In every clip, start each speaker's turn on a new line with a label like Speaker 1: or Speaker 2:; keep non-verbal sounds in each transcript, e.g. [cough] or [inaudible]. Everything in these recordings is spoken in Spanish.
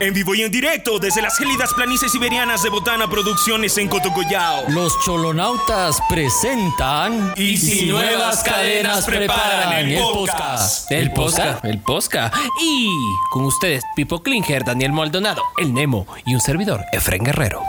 Speaker 1: En vivo y en directo desde las gélidas planicies siberianas de Botana Producciones en Cotocollao.
Speaker 2: Los cholonautas presentan.
Speaker 1: Y si nuevas cadenas preparan el podcast.
Speaker 3: El Posca, el Posca. Y con ustedes, Pipo Klinger, Daniel Maldonado, el Nemo y un servidor, Efren Guerrero.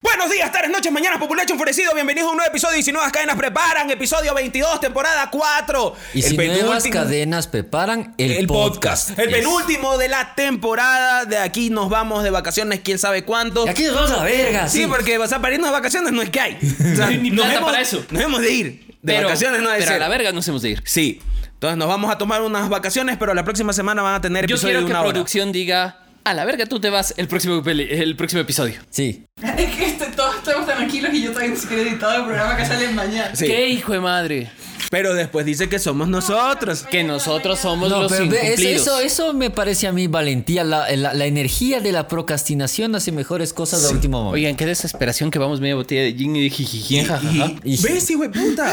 Speaker 1: Buenos días, tardes, noches, mañanas, populacho enfurecido. Bienvenidos a un nuevo episodio. Y si nuevas cadenas preparan, episodio 22, temporada 4.
Speaker 2: Y si nuevas
Speaker 1: penúltimo-
Speaker 2: cadenas preparan el,
Speaker 1: el podcast. El
Speaker 2: Yes.
Speaker 1: penúltimo de la temporada. De aquí nos vamos de vacaciones, quién sabe cuánto.
Speaker 2: Y aquí nos vamos a la verga.
Speaker 1: Sí, porque o sea, para irnos de vacaciones no es que
Speaker 3: [laughs]
Speaker 1: hay. O sea,
Speaker 3: Ni
Speaker 1: nos
Speaker 3: plata
Speaker 1: hemos-
Speaker 3: para eso.
Speaker 1: Nos hemos de ir. De vacaciones no es
Speaker 3: Pero a la verga nos hemos de ir.
Speaker 1: Sí. Entonces nos vamos a tomar unas vacaciones, pero la próxima semana van a tener
Speaker 3: Yo
Speaker 1: episodio
Speaker 3: quiero
Speaker 1: de
Speaker 3: que
Speaker 1: una hora.
Speaker 3: producción diga, a la verga tú te vas el próximo, peli- el próximo episodio.
Speaker 2: Sí.
Speaker 4: Es que este- todos estamos tranquilos y yo todavía ni siquiera he editado el programa que sale mañana.
Speaker 1: Sí.
Speaker 3: ¿Qué hijo de madre?
Speaker 1: Pero después dice que somos nosotros.
Speaker 3: Que nosotros somos
Speaker 2: No,
Speaker 3: los
Speaker 2: pero ve,
Speaker 3: incumplidos.
Speaker 2: eso, eso, eso me parece a mí valentía. La, eh, la- la energía de la procrastinación hace mejores cosas a último momento.
Speaker 3: Oigan, qué desesperación que vamos media botella de gin y de jijiji, jajaja.
Speaker 2: Y-
Speaker 1: ¿Ves, hijo de puta?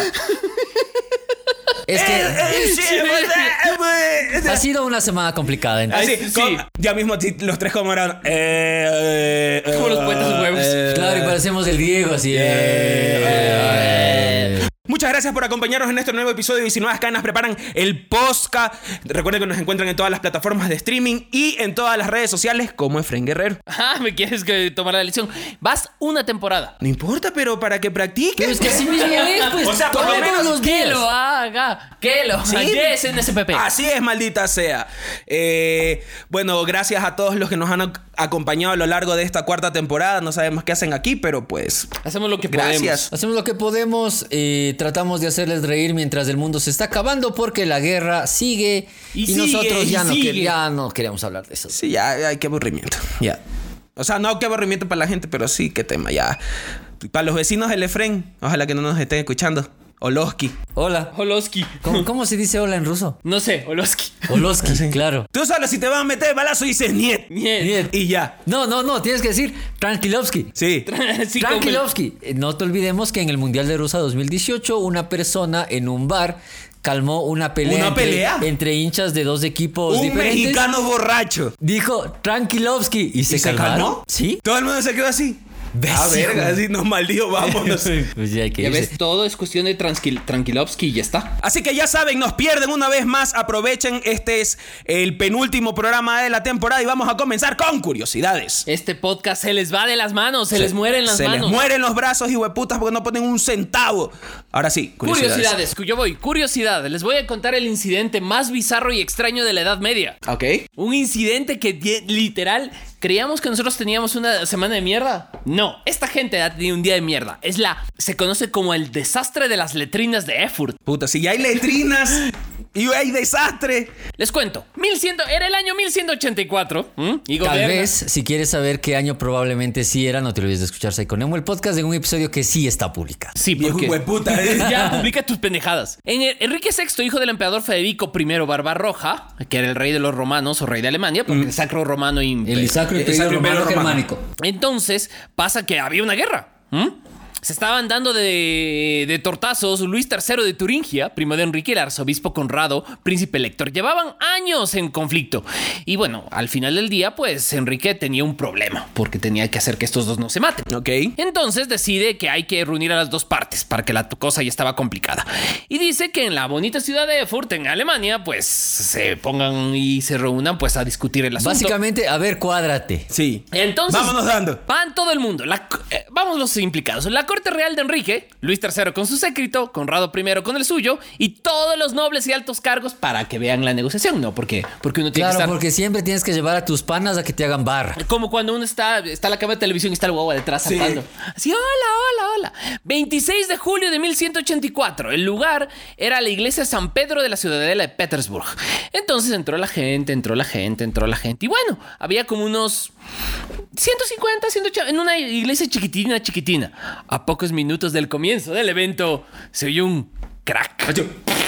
Speaker 2: es que [laughs]
Speaker 1: Eh, sí, eh,
Speaker 2: ha sido una semana complicada. entonces.
Speaker 1: Así,
Speaker 3: sí.
Speaker 1: con- ya mismo así, los tres como eran. eh, eh, eh,
Speaker 3: Como los poetas huevos.
Speaker 2: claro, y parecemos el Diego así. eh, eh.
Speaker 1: Muchas gracias por acompañarnos en este nuevo episodio. Y si nuevas cadenas preparan el Posca, recuerden que nos encuentran en todas las plataformas de streaming y en todas las redes sociales como Efren Guerrero.
Speaker 3: [laughs] Ah, me quieres que tomar la lección. Vas una temporada.
Speaker 1: No importa, pero para que
Speaker 2: Pero
Speaker 1: practiques.
Speaker 2: es que así
Speaker 3: [laughs]
Speaker 2: mismo es, pues.
Speaker 1: O sea, por lo
Speaker 2: todos
Speaker 1: menos
Speaker 2: los
Speaker 3: que
Speaker 2: días. Ah,
Speaker 3: lo haga. Que lo
Speaker 1: Sí.
Speaker 3: haga. Yes, NSPP.
Speaker 1: Así es, maldita sea. Eh, bueno, gracias a todos los que nos han ac- acompañado a lo largo de esta cuarta temporada. No sabemos qué hacen aquí, pero pues.
Speaker 3: Hacemos lo que
Speaker 1: Gracias.
Speaker 2: Hacemos lo que podemos, eh, tratamos de hacerles reír mientras el mundo se está acabando porque la guerra sigue
Speaker 1: Y
Speaker 2: y,
Speaker 1: sigue,
Speaker 2: nosotros ya,
Speaker 1: y
Speaker 2: no que-
Speaker 1: sigue.
Speaker 2: ya no queríamos hablar de eso.
Speaker 1: Sí, ya, ya, qué aburrimiento.
Speaker 2: Ya.
Speaker 1: O sea, no, qué aburrimiento para la gente, pero sí, qué tema, ya. Para los vecinos del Efren, ojalá que no nos estén escuchando. Oloski.
Speaker 2: Hola.
Speaker 3: podemos. Holoski.
Speaker 2: ¿Cómo, cómo se dice hola en ruso?
Speaker 3: No sé, Holoski.
Speaker 2: Oloski, claro.
Speaker 1: Tú solo si te vas a meter balazo dices niet.
Speaker 3: Niet.
Speaker 2: Niet.
Speaker 1: Y ya.
Speaker 2: No, no, no, tienes que decir Tranquilovsky. [laughs]
Speaker 1: Sí.
Speaker 3: [laughs] Sí, como el-
Speaker 2: Tranquilovsky. Eh, No te olvidemos que en el Mundial de Rusia 2018 una persona en un bar calmó una pelea,
Speaker 1: ¿Una
Speaker 2: entre,
Speaker 1: pelea?
Speaker 2: entre hinchas de dos equipos
Speaker 1: Un
Speaker 2: diferentes.
Speaker 1: mexicano borracho.
Speaker 2: Dijo Tranquilovsky y se,
Speaker 1: ¿Y se
Speaker 2: calmaron.
Speaker 1: calmó?
Speaker 2: Sí.
Speaker 1: Todo el mundo se quedó así.
Speaker 2: ¿Ves,
Speaker 1: Ah, verga,
Speaker 2: hijo?
Speaker 1: así nos maldijo,
Speaker 2: [laughs]
Speaker 1: vámonos.
Speaker 2: Pues ya hay que
Speaker 3: Ya
Speaker 2: irse.
Speaker 3: ves, todo es cuestión de tranquil Tranquilovsky y ya está.
Speaker 1: Así que ya saben, nos pierden una vez más. Aprovechen, este es el penúltimo programa de la temporada y vamos a comenzar con curiosidades.
Speaker 3: Este podcast se les va de las manos, se, les mueren las
Speaker 1: Se
Speaker 3: manos.
Speaker 1: les mueren los brazos y hueputas porque no ponen un centavo. Ahora sí, curiosidades.
Speaker 3: Curiosidades, yo voy. Curiosidad, les voy a contar el incidente más bizarro y extraño de la Edad Media.
Speaker 1: Ok.
Speaker 3: Un incidente que die- literal creíamos que nosotros teníamos una semana de mierda. No, esta gente ha tenido un día de mierda. Es la se conoce como el desastre de las letrinas de Erfurt.
Speaker 1: Puta, si ya hay letrinas y hay desastre.
Speaker 3: Les cuento, 1100 era el año 1184 ¿m? y
Speaker 2: Tal
Speaker 3: gobierna-
Speaker 2: vez, si quieres saber qué año probablemente sí era, no te olvides de escuchar Psychonemo, el podcast de un episodio que sí está publicado.
Speaker 3: Sí,
Speaker 1: Viejo
Speaker 3: porque
Speaker 1: hueputa.
Speaker 3: [laughs] ya publica tus pendejadas. En el- Enrique VI, hijo del emperador Federico I Barbarroja, que era el rey de los romanos o rey de Alemania, porque el sacro romano impe-
Speaker 2: El Isacro
Speaker 1: Imperio
Speaker 2: Imperio
Speaker 1: Romano
Speaker 2: Romano
Speaker 1: Germánico.
Speaker 2: Germánico.
Speaker 3: Entonces pasa que había una guerra. ¿m? Se estaban dando de, de tortazos Luis III de Turingia, primo de Enrique, el arzobispo Conrado, príncipe elector. Llevaban años en conflicto. Y bueno, al final del día, pues Enrique tenía un problema, porque tenía que hacer que estos dos no se maten.
Speaker 1: Ok.
Speaker 3: Entonces decide que hay que reunir a las dos partes para que la t- cosa ya estaba complicada. Y dice que en la bonita ciudad de Erfurt, en Alemania, pues se pongan y se reúnan pues a discutir el asunto.
Speaker 2: Básicamente, a ver, cuádrate.
Speaker 1: Sí.
Speaker 3: Entonces,
Speaker 1: Vámonos dando.
Speaker 3: Van todo el mundo. La c- eh, vamos los implicados. La corte real de Enrique, Luis III con su sécrito, Conrado I con el suyo y todos los nobles y altos cargos para que vean la negociación. No, porque, porque uno tiene
Speaker 2: Claro,
Speaker 3: que estar.
Speaker 2: porque siempre tienes que llevar a tus panas a que te hagan barra.
Speaker 3: Como cuando uno está, está la cámara de televisión y está el guagua detrás
Speaker 1: Sí.
Speaker 3: saltando. Así, hola, hola, hola. 26 de julio de 1184. El lugar era la iglesia de San Pedro de la ciudadela de Petersburg. Entonces entró la gente, entró la gente, entró la gente. Y bueno, había como unos 150, 180, en una iglesia chiquitina, chiquitina. A pocos minutos del comienzo del evento, se oyó un crack.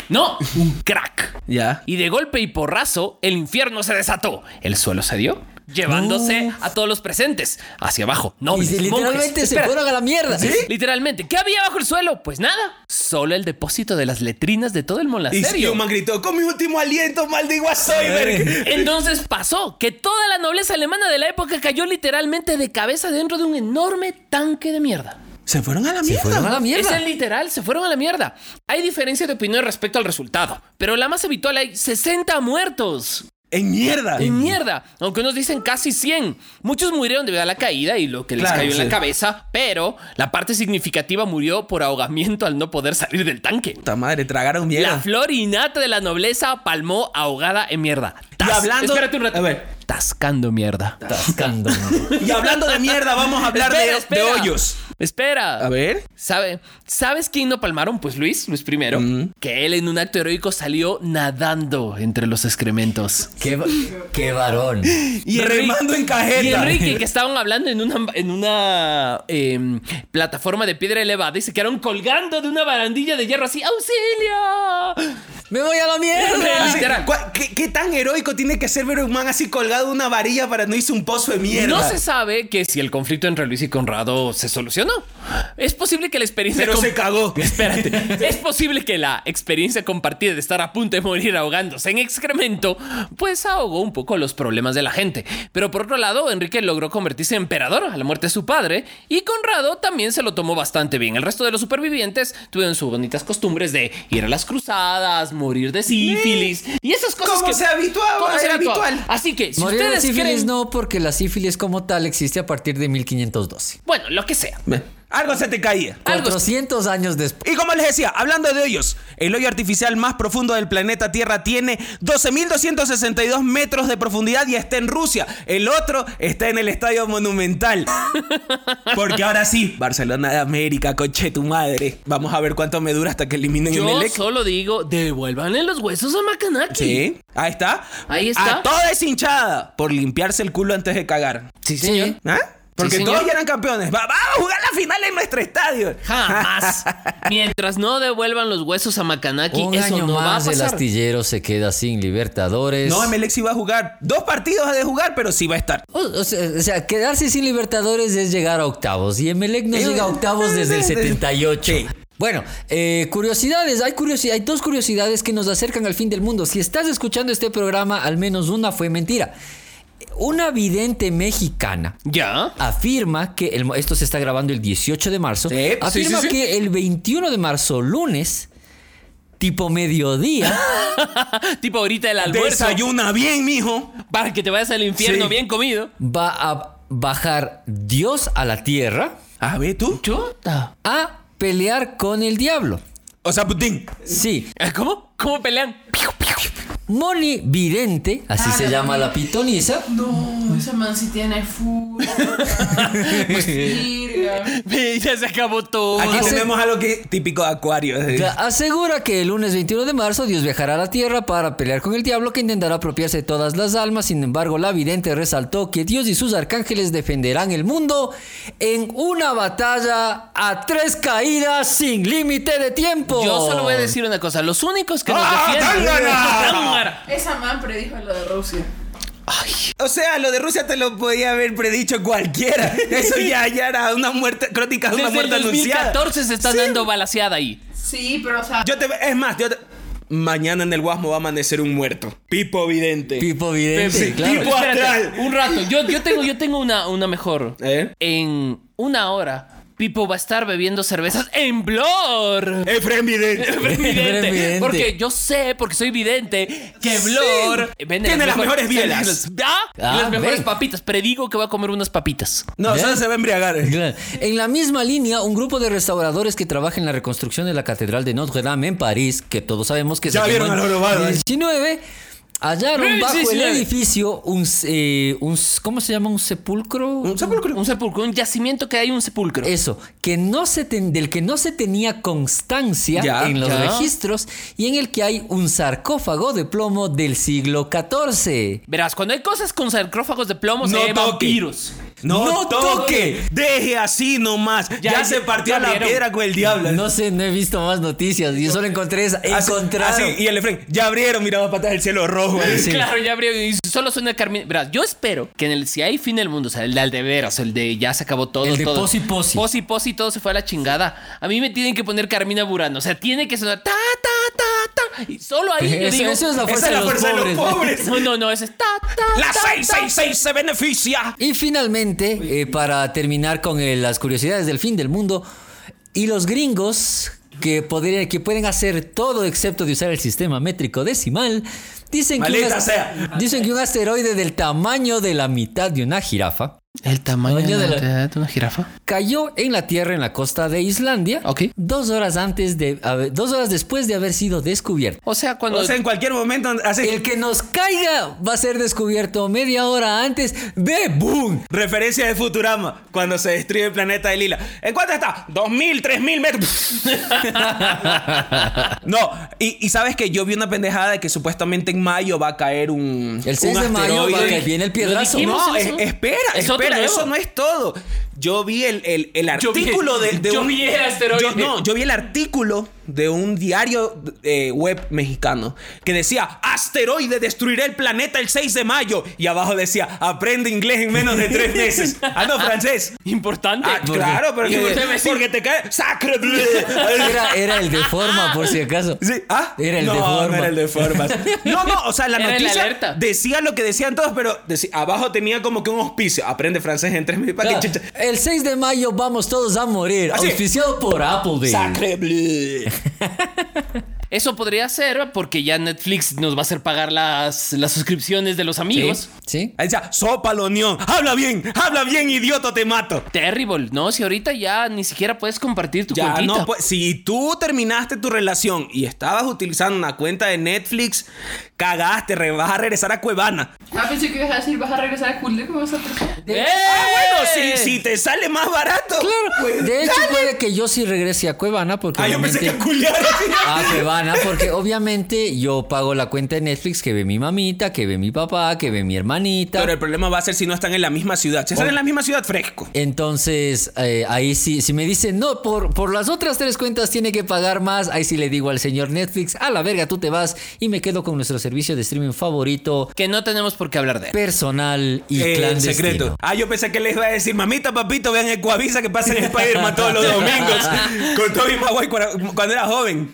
Speaker 3: No, un crack.
Speaker 1: Ya.
Speaker 3: Y de golpe y porrazo, el infierno se desató. El suelo cedió. llevándose
Speaker 2: No.
Speaker 3: a todos los presentes hacia abajo. No,
Speaker 2: y se- literalmente se fueron a la mierda.
Speaker 3: Literalmente, ¿qué había bajo el suelo? Pues nada, solo el depósito de las letrinas de todo el
Speaker 1: Y
Speaker 3: monasterio.
Speaker 2: [laughs]
Speaker 1: Human gritó, con mi último aliento, maldigo a Zoidberg.
Speaker 3: Entonces pasó que toda la nobleza alemana de la época cayó literalmente de cabeza dentro de un enorme tanque de mierda.
Speaker 1: Se fueron a la mierda.
Speaker 2: Fueron a la
Speaker 3: Ese
Speaker 2: Ah,
Speaker 3: [laughs]
Speaker 2: mierda.
Speaker 3: Es literal, se fueron a la mierda. Hay diferencia de opinión respecto al resultado, pero la más habitual hay 60 muertos.
Speaker 1: En mierda.
Speaker 3: En mierda, aunque unos dicen casi 100. Muchos murieron debido a la caída y lo que les
Speaker 1: Claro,
Speaker 3: cayó en
Speaker 1: sí.
Speaker 3: la cabeza, pero la parte significativa murió por ahogamiento al no poder salir del tanque.
Speaker 1: Puta madre, tragaron mierda.
Speaker 3: La flor innata de la nobleza palmó ahogada en mierda.
Speaker 1: Y hablando-
Speaker 3: Espérate un rato.
Speaker 1: a ver.
Speaker 3: Tascando mierda.
Speaker 2: Tascando.
Speaker 1: Y hablando de mierda, vamos a hablar de-
Speaker 3: Espera,
Speaker 1: de,
Speaker 3: espera.
Speaker 1: hoyos.
Speaker 3: Espera.
Speaker 1: A ver.
Speaker 3: ¿Sabe, ¿Sabes quién no palmaron? Pues Luis, Luis I.
Speaker 1: Mm.
Speaker 3: Que él en un acto heroico salió nadando entre los excrementos.
Speaker 2: qué, va- qué varón.
Speaker 1: Y remando en cajeta. [laughs]
Speaker 3: Y Enrique, que estaban hablando en una, en una em, plataforma de piedra elevada y se quedaron colgando de una barandilla de hierro así. ¡Auxilio!
Speaker 2: Me voy a la mierda.
Speaker 1: Sí,
Speaker 3: Literal.
Speaker 1: ¿cuál- ¿Qué, qué tan heroico tiene que ser ver a un man así colgado de una varilla para no irse un pozo de mierda?
Speaker 3: No se sabe que si el conflicto entre Luis y Conrado se solucionó. Es posible que la experiencia.
Speaker 1: Pero
Speaker 3: com-
Speaker 1: se cagó. [laughs]
Speaker 3: Espérate. es posible que la experiencia compartida de estar a punto de morir ahogándose en excremento, pues ahogó un poco los problemas de la gente. Pero por otro lado, Enrique logró convertirse en emperador a la muerte de su padre y Conrado también se lo tomó bastante bien. El resto de los supervivientes tuvieron sus bonitas costumbres de ir a las cruzadas, morir de sífilis y esas
Speaker 1: ¿Eh?
Speaker 3: cosas
Speaker 1: Como
Speaker 3: que
Speaker 1: se habituaba,
Speaker 3: como se
Speaker 1: era
Speaker 3: habituaba.
Speaker 1: habitual.
Speaker 3: Así que si
Speaker 2: Morir de
Speaker 3: ustedes
Speaker 2: sífilis
Speaker 3: creen
Speaker 2: no, porque la sífilis como tal existe a partir de 1512.
Speaker 3: Bueno, lo que sea.
Speaker 1: Ve, Algo se te caía.
Speaker 3: Algo-
Speaker 2: 400 años después.
Speaker 1: Y como les decía, hablando de hoyos, el hoyo artificial más profundo del planeta Tierra tiene 12.262 metros de profundidad y está en Rusia. El otro está en el Estadio Monumental. Porque ahora sí, Barcelona de América, coche tu madre. Vamos a ver cuánto me dura hasta que eliminen el
Speaker 3: Yo
Speaker 1: Melec.
Speaker 3: solo digo, devuélvanle los huesos a Macanaki.
Speaker 1: Sí, ahí está.
Speaker 3: Ahí está.
Speaker 1: A toda es hinchada por limpiarse el culo antes de cagar.
Speaker 3: Sí, señor.
Speaker 1: ¿Ah? Porque
Speaker 3: Sí, señor.
Speaker 1: todos ya eran campeones. Va- vamos a jugar la final en nuestro estadio.
Speaker 3: Jamás. Mientras no devuelvan los huesos a Macanaki,
Speaker 2: Un
Speaker 3: eso
Speaker 2: año
Speaker 3: no va a
Speaker 2: más el
Speaker 3: pasar.
Speaker 2: astillero se queda sin libertadores.
Speaker 1: No, Emelec sí va a jugar. Dos partidos ha de jugar, pero sí va a estar.
Speaker 2: O, o sea, o sea, quedarse sin Libertadores es llegar a octavos. Y Emelec no
Speaker 1: Eh,
Speaker 2: llega a octavos
Speaker 1: eh,
Speaker 2: desde
Speaker 1: [laughs]
Speaker 2: el
Speaker 1: eh,
Speaker 2: 78.
Speaker 1: sí.
Speaker 2: Bueno, eh, curiosidades. Hay, curiosi- hay dos curiosidades que nos acercan al fin del mundo. Si estás escuchando este programa, al menos una fue mentira. Una vidente mexicana
Speaker 3: Ya. [laughs]
Speaker 2: afirma que el, esto se está grabando el 18 de marzo.
Speaker 1: Sí, pues, sí,
Speaker 2: afirma
Speaker 1: sí, sí.
Speaker 2: que el 21 de marzo, lunes, tipo mediodía,
Speaker 3: Tipo ahorita el almuerzo.
Speaker 1: Desayuna bien, mijo.
Speaker 3: Para que te vayas al infierno
Speaker 1: Sí.
Speaker 3: bien comido.
Speaker 2: va a bajar Dios a la tierra
Speaker 1: A ver tú.
Speaker 3: Chuta.
Speaker 2: a pelear con el diablo.
Speaker 1: O sea, Putin.
Speaker 2: Sí,
Speaker 3: Ah, ¿Cómo? ¿Cómo pelean? Piu, piu.
Speaker 2: Moni Vidente, así
Speaker 4: Ah,
Speaker 2: se
Speaker 4: la
Speaker 2: llama
Speaker 4: Moni.
Speaker 2: la pitoniza.
Speaker 4: No, esa man sí tiene
Speaker 1: [laughs]
Speaker 4: full. pues,
Speaker 3: [laughs] Ve, Ya se acabó todo.
Speaker 1: Aquí
Speaker 2: hace-
Speaker 1: tenemos algo que típico de Acuario. eh. es decir,
Speaker 2: ya Asegura que el lunes 21 de marzo Dios viajará a la tierra para pelear con el diablo que intentará apropiarse de todas las almas. Sin embargo, la vidente resaltó que Dios y sus arcángeles defenderán el mundo en una batalla a tres caídas sin límite de tiempo.
Speaker 3: Yo solo voy a decir una cosa. Los únicos que nos
Speaker 1: ¡Ah,
Speaker 3: defienden.
Speaker 1: Tángana!
Speaker 3: Tángana.
Speaker 4: Esa man predijo lo de Rusia.
Speaker 1: O sea, lo de Rusia te lo podía haber predicho cualquiera. Eso ya, ya era una muerte, crónica de una
Speaker 3: Desde el
Speaker 1: muerte anunciada.
Speaker 3: 2014 se está dando balaseada ahí.
Speaker 4: Sí, pero o sea.
Speaker 1: Yo te, es más, yo te- mañana en el Guasmo va a amanecer un muerto. Pipo vidente.
Speaker 2: Tipo vidente,
Speaker 1: Sí,
Speaker 2: claro.
Speaker 1: tipo- astral.
Speaker 3: un rato. Yo, yo tengo, yo tengo una, una mejor.
Speaker 1: ¿Eh?
Speaker 3: En una hora, Pipo va a estar bebiendo cervezas
Speaker 1: [laughs]
Speaker 3: en Blor.
Speaker 1: Efraín vidente.
Speaker 3: [laughs] Vidente.
Speaker 2: vidente.
Speaker 3: Porque yo sé, porque soy vidente, que
Speaker 1: Sí.
Speaker 3: Blor vende
Speaker 1: Tiene las mejores bielas.
Speaker 3: las- ¿Ah?
Speaker 2: Ah,
Speaker 3: las mejores
Speaker 2: ve.
Speaker 3: papitas. Predigo que va a comer unas papitas.
Speaker 1: No,
Speaker 2: ¿Ya?
Speaker 1: solo se va a embriagar.
Speaker 2: Claro. En la misma línea, un grupo de restauradores que trabaja en la reconstrucción de la Catedral de Notre Dame en París, que todos sabemos que
Speaker 1: Ya
Speaker 2: se
Speaker 1: vieron
Speaker 2: quemó en
Speaker 1: al jorobado, ¿eh?
Speaker 2: 19, hallaron
Speaker 3: Sí,
Speaker 2: bajo
Speaker 3: sí,
Speaker 2: el
Speaker 3: sí.
Speaker 2: edificio un, eh, un- ¿cómo se llama? ¿Un sepulcro?
Speaker 1: Un sepulcro.
Speaker 3: Un sepulcro, un yacimiento que hay un sepulcro.
Speaker 2: Eso, que no se ten- del que no se tenía constancia
Speaker 1: Ya,
Speaker 2: en los
Speaker 3: ya.
Speaker 2: registros y en el que hay un sarcófago de plomo del siglo XIV.
Speaker 3: Verás, cuando hay cosas con sarcófagos de plomo,
Speaker 1: No
Speaker 3: se llaman
Speaker 1: toque.
Speaker 3: vampiros.
Speaker 1: No,
Speaker 2: ¡No
Speaker 1: toque. Deje así nomás. Ya,
Speaker 3: Ya,
Speaker 1: se
Speaker 3: ya,
Speaker 1: partió
Speaker 3: ya
Speaker 1: la
Speaker 3: vieron.
Speaker 1: piedra con el diablo.
Speaker 2: No sé, no he visto más noticias. Yo solo encontré esa.
Speaker 1: Así-
Speaker 2: Encontraron.
Speaker 1: así, y el Efren, ya abrieron, mira, patas del cielo rojo. ahí.
Speaker 2: Sí.
Speaker 3: Claro, ya abrió y solo suena Carmen. Verás, yo espero que en el si hay fin del mundo, o sea, el de al de veras, el de ya se acabó todo.
Speaker 2: El de
Speaker 3: todo.
Speaker 2: posi, posi.
Speaker 3: Posi posi, todo se fue a la chingada. A mí me tienen que poner Carmina Burano. O sea, tiene que sonar ta, ta, ta, ta. Y solo ahí. yo
Speaker 2: Eso-
Speaker 3: digo,
Speaker 2: eso es la
Speaker 1: Esa
Speaker 2: fuerza,
Speaker 1: es la
Speaker 2: de, los
Speaker 1: fuerza de los
Speaker 2: pobres.
Speaker 1: pobres.
Speaker 3: No, no, no, ese es ta,
Speaker 1: [laughs]
Speaker 3: ta,
Speaker 1: La
Speaker 3: ta, ta.
Speaker 1: 666 se beneficia.
Speaker 2: Y finalmente, eh, para terminar con eh, las curiosidades del fin del mundo, y los gringos que, podrían, que pueden hacer todo excepto de usar el sistema métrico decimal, dicen que,
Speaker 1: Maldita
Speaker 2: un as-
Speaker 1: sea.
Speaker 2: dicen que un asteroide del tamaño de la mitad de una jirafa
Speaker 3: El tamaño
Speaker 2: Tamaño
Speaker 3: de,
Speaker 2: de
Speaker 3: la...
Speaker 2: la-
Speaker 3: antenna de una jirafa.
Speaker 2: cayó en la Tierra en la costa de Islandia
Speaker 3: Ok.
Speaker 2: dos horas antes de haber- dos horas después de haber sido descubierto.
Speaker 3: O sea, cuando.
Speaker 1: O sea, en cualquier momento hace
Speaker 2: El que nos caiga va a ser descubierto media hora antes de boom.
Speaker 1: referencia de Futurama cuando se destruye el planeta de Lila. ¿En cuánto está? 2000, 3000 metros. no, y, y sabes que yo vi una pendejada de que supuestamente en mayo va a caer un.
Speaker 2: El 6
Speaker 1: un
Speaker 2: de mayo va a
Speaker 1: asteroide.
Speaker 2: caer- viene el piedrazo.
Speaker 3: dijimos.
Speaker 1: No,
Speaker 3: eso?
Speaker 1: es- espera,
Speaker 3: Es otro
Speaker 1: espera,
Speaker 3: nuevo.
Speaker 1: eso no es todo. Yo vi el, el- el
Speaker 3: Yo vi-
Speaker 1: artículo de, de
Speaker 3: yo
Speaker 1: un-
Speaker 3: vi el asteroide.
Speaker 1: Yo- no, yo vi el artículo de un diario eh, web mexicano que decía: Asteroide destruirá el planeta el 6 de mayo. Y abajo decía: Aprende inglés en menos de tres meses. Ah,
Speaker 3: [laughs]
Speaker 1: no, francés.
Speaker 3: Importante.
Speaker 1: Ah, claro,
Speaker 3: Y
Speaker 1: porque,
Speaker 3: usted me sigue.
Speaker 1: porque te cae. ¡Sacre!
Speaker 3: [laughs]
Speaker 2: Era, era el de forma, por si acaso.
Speaker 1: Sí, ¿Ah?
Speaker 2: Era el
Speaker 1: no,
Speaker 2: de forma.
Speaker 1: No, era el de
Speaker 2: [laughs]
Speaker 1: formas. No, no, o sea, la
Speaker 3: [laughs] Era el
Speaker 1: noticia
Speaker 3: alerta.
Speaker 1: decía lo que decían todos, pero decí- abajo tenía como que un auspicio. Aprende francés en tres mil
Speaker 2: Claro,
Speaker 1: para que chucha.
Speaker 2: Ah, El 6 de mayo vamos todos a morir.
Speaker 1: Así.
Speaker 2: Auspiciado por Applebee.
Speaker 1: Sacre bleu.
Speaker 3: Eso podría ser porque ya Netflix nos va a hacer pagar las, las suscripciones de los amigos.
Speaker 2: ¿Sí?
Speaker 1: Ahí decía, sopa la unión. Habla bien, habla bien, idiota, te mato.
Speaker 3: Terrible, ¿no? Si ahorita ya ni siquiera puedes compartir tu
Speaker 1: Ya
Speaker 3: cuentita.
Speaker 1: no, pues, si tú terminaste tu relación y estabas utilizando una cuenta de Netflix, cagaste, re- vas a regresar a Cuevana.
Speaker 4: Ah, pensé que ibas a decir, vas a regresar a culé con esa persona.
Speaker 3: ¡Eh!
Speaker 1: Ah, bueno, si, si te sale más barato. Claro,
Speaker 2: De hecho, puede que yo sí regrese a Cuevana porque.
Speaker 1: Ah, yo pensé que
Speaker 2: obviamente-
Speaker 1: culiar.
Speaker 2: Ah,
Speaker 1: [laughs]
Speaker 2: a Cuevana, porque obviamente yo pago la cuenta de Netflix que ve mi mamita, que ve mi papá, que ve mi hermanita.
Speaker 1: Pero el problema va a ser si no están en la misma ciudad. Si están en la misma ciudad, fresco.
Speaker 2: Entonces, eh, ahí sí, si me dicen, no, por, por las otras tres cuentas tiene que pagar más, ahí sí le digo al señor Netflix, a la verga, tú te vas y me quedo con nuestro servicio de streaming favorito,
Speaker 3: Que no tenemos por qué hablar de él.
Speaker 2: personal y
Speaker 1: Eh, en
Speaker 2: clandestino.
Speaker 1: secreto. Ah, yo pensé que les iba a decir, mamita, papito, vean Ecuavisa que pasa en Spider-Man todos los domingos. con Toby Maguire cuando, cuando era joven.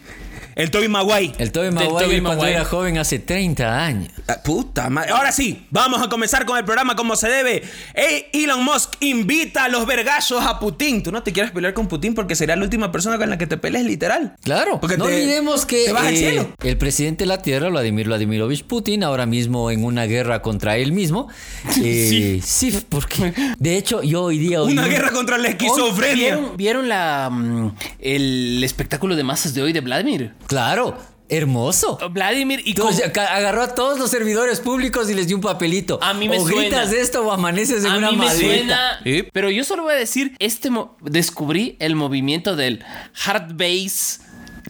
Speaker 1: El Toby Maguire.
Speaker 2: El Tobey
Speaker 3: Del
Speaker 2: Maguire
Speaker 3: Tobey
Speaker 2: cuando
Speaker 3: Maguire.
Speaker 2: era joven hace 30 años.
Speaker 1: Ah, Puta madre. Ahora sí, vamos a comenzar con el programa como se debe. Ey, Elon Musk invita a los vergazos a Putin. Tú no te quieres pelear con Putin porque será la última persona con la que te pelees, literal.
Speaker 2: Claro,
Speaker 1: Porque
Speaker 2: no
Speaker 1: te-
Speaker 2: olvidemos que
Speaker 1: te vas al
Speaker 2: eh,
Speaker 1: cielo.
Speaker 2: el presidente de la Tierra, Vladimir Vladimirovich Putin, ahora mismo en una guerra contra él mismo.
Speaker 1: [laughs]
Speaker 2: Eh, sí. porque de hecho yo hoy día... oí
Speaker 1: Una
Speaker 2: un-
Speaker 1: guerra contra la esquizofrenia.
Speaker 3: ¿Vieron, vieron la, mm, el espectáculo de masas de hoy de Vladimir?
Speaker 2: Claro, hermoso.
Speaker 3: Oh, Vladimir y
Speaker 2: Entonces,
Speaker 3: con-
Speaker 2: ca- agarró a todos los servidores públicos y les dio un papelito.
Speaker 3: A mí me
Speaker 2: o
Speaker 3: suena.
Speaker 2: gritas esto o amaneces en
Speaker 3: a
Speaker 2: una
Speaker 3: mí me
Speaker 2: maleta.
Speaker 3: suena, pero yo solo voy a decir, este mo- descubrí el movimiento del hard bass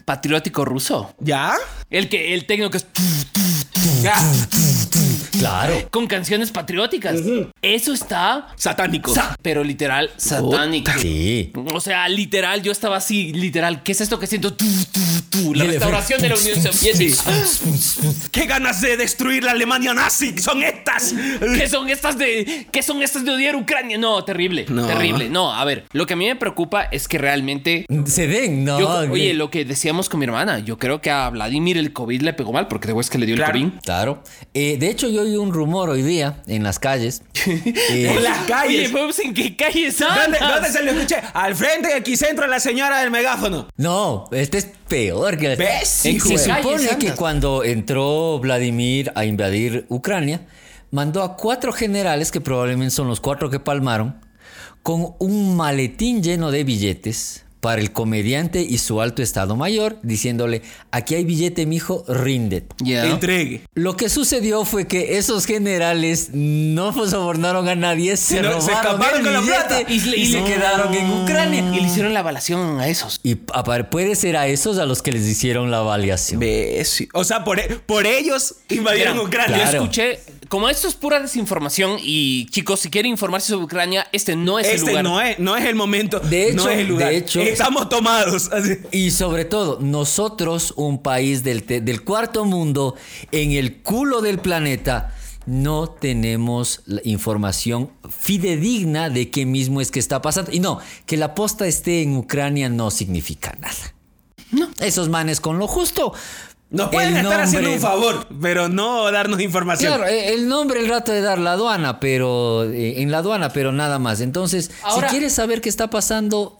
Speaker 3: patriótico ruso.
Speaker 1: ¿Ya?
Speaker 3: El que el técnico que es
Speaker 1: Ya.
Speaker 2: Claro.
Speaker 3: con canciones patrióticas. Eso está
Speaker 1: Satánico.
Speaker 3: sa- pero literal satánico.
Speaker 2: Sí.
Speaker 3: O sea, literal, yo estaba así, literal, ¿qué es esto que siento? Tu, tu, tu, la
Speaker 2: Y el
Speaker 3: restauración de la Unión Soviética.
Speaker 1: ¿Qué ganas de destruir la Alemania nazi son estas?
Speaker 3: [laughs] ¿Qué son estas de qué son estas de odiar Ucrania? No, terrible,
Speaker 1: No.
Speaker 3: terrible. No, a ver, lo que a mí me preocupa es que realmente
Speaker 2: Se den, no.
Speaker 3: yo- oye, lo que decíamos con mi hermana, yo creo que a Vladimir el COVID le pegó mal porque de es que le dio
Speaker 1: Claro.
Speaker 3: el COVID.
Speaker 2: Claro. Eh, de hecho, yo oí un rumor hoy día en
Speaker 3: [laughs]
Speaker 2: las calles. Eh,
Speaker 1: En las
Speaker 3: Oye,
Speaker 1: calles.
Speaker 3: vamos en qué calles
Speaker 1: ¿Dónde,
Speaker 3: andas?
Speaker 1: dónde se lo escuché? Al frente de aquí centro a la señora del megáfono.
Speaker 2: no, este es peor que
Speaker 1: ¿Ves,
Speaker 2: Eh,
Speaker 1: hijo
Speaker 2: Se
Speaker 1: de-
Speaker 2: supone
Speaker 3: Calles,
Speaker 2: que
Speaker 3: andas.
Speaker 2: cuando entró Vladimir a invadir Ucrania, mandó a cuatro generales, que probablemente son los cuatro que palmaron, con un maletín lleno de billetes para el comediante y su alto estado mayor, diciéndole, aquí hay billete, mijo, ríndete.
Speaker 3: Ya.
Speaker 1: Entregue.
Speaker 2: Lo que sucedió fue que esos generales no sobornaron a nadie, se
Speaker 1: No, se
Speaker 2: robaron
Speaker 1: escaparon
Speaker 2: el
Speaker 1: con la
Speaker 2: billete
Speaker 1: plata.
Speaker 2: y,
Speaker 3: le-
Speaker 2: y se
Speaker 3: no.
Speaker 2: quedaron en Ucrania.
Speaker 3: Y le hicieron la avalación a esos.
Speaker 2: Y apar- puede ser a esos a los que les hicieron la avaliación.
Speaker 1: Ve, sí. O sea, por, e- por ellos invadieron
Speaker 3: Mira,
Speaker 1: Ucrania.
Speaker 2: Claro.
Speaker 3: Yo escuché como esto es pura desinformación y chicos, si quieren informarse sobre Ucrania, este no es el
Speaker 1: este
Speaker 3: lugar.
Speaker 1: no es, no es el momento.
Speaker 2: De
Speaker 1: no
Speaker 2: hecho,
Speaker 1: es el lugar.
Speaker 2: de hecho-
Speaker 1: Estamos tomados. así.
Speaker 2: Y sobre todo, nosotros, un país del, te- del cuarto mundo, en el culo del planeta, no tenemos la información fidedigna de qué mismo es que está pasando. Y no, que la posta esté en Ucrania no significa nada. Esos manes con lo justo.
Speaker 1: Nos pueden
Speaker 2: el
Speaker 1: estar haciendo
Speaker 2: nombre-
Speaker 1: un favor, pero no darnos información.
Speaker 2: Claro, eh, el nombre el rato de dar la aduana, pero eh, en la aduana, pero nada más. Entonces,
Speaker 4: Ahora-
Speaker 2: si quieres saber qué está pasando,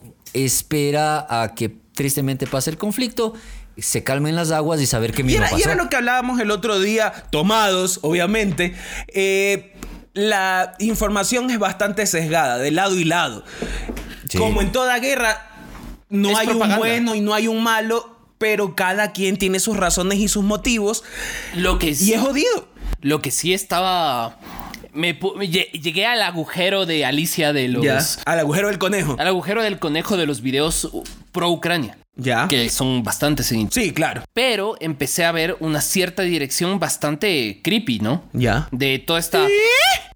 Speaker 2: espera a que tristemente pase el conflicto, se calmen las aguas y saber qué
Speaker 1: Y
Speaker 2: mismo
Speaker 1: era,
Speaker 2: pasó.
Speaker 1: y era lo que hablábamos el otro día, tomados, obviamente. eh, la información es bastante sesgada, de lado y lado.
Speaker 2: Sí.
Speaker 1: Como en toda guerra, no
Speaker 3: Es
Speaker 1: hay
Speaker 3: propaganda.
Speaker 1: un bueno y no hay un malo, pero cada quien tiene sus razones y sus motivos.
Speaker 3: Lo que sí,
Speaker 1: Y es jodido.
Speaker 3: lo que sí estaba. Me, pu- me lle- llegué al agujero de Alicia de los.
Speaker 1: Al agujero del conejo.
Speaker 3: Al agujero del conejo de los videos uh, pro Ucrania.
Speaker 1: Ya.
Speaker 3: Que son bastantes en internet.
Speaker 1: Sí, claro.
Speaker 3: Pero empecé a ver una cierta dirección bastante creepy, ¿no?
Speaker 1: Ya.
Speaker 3: De toda esta.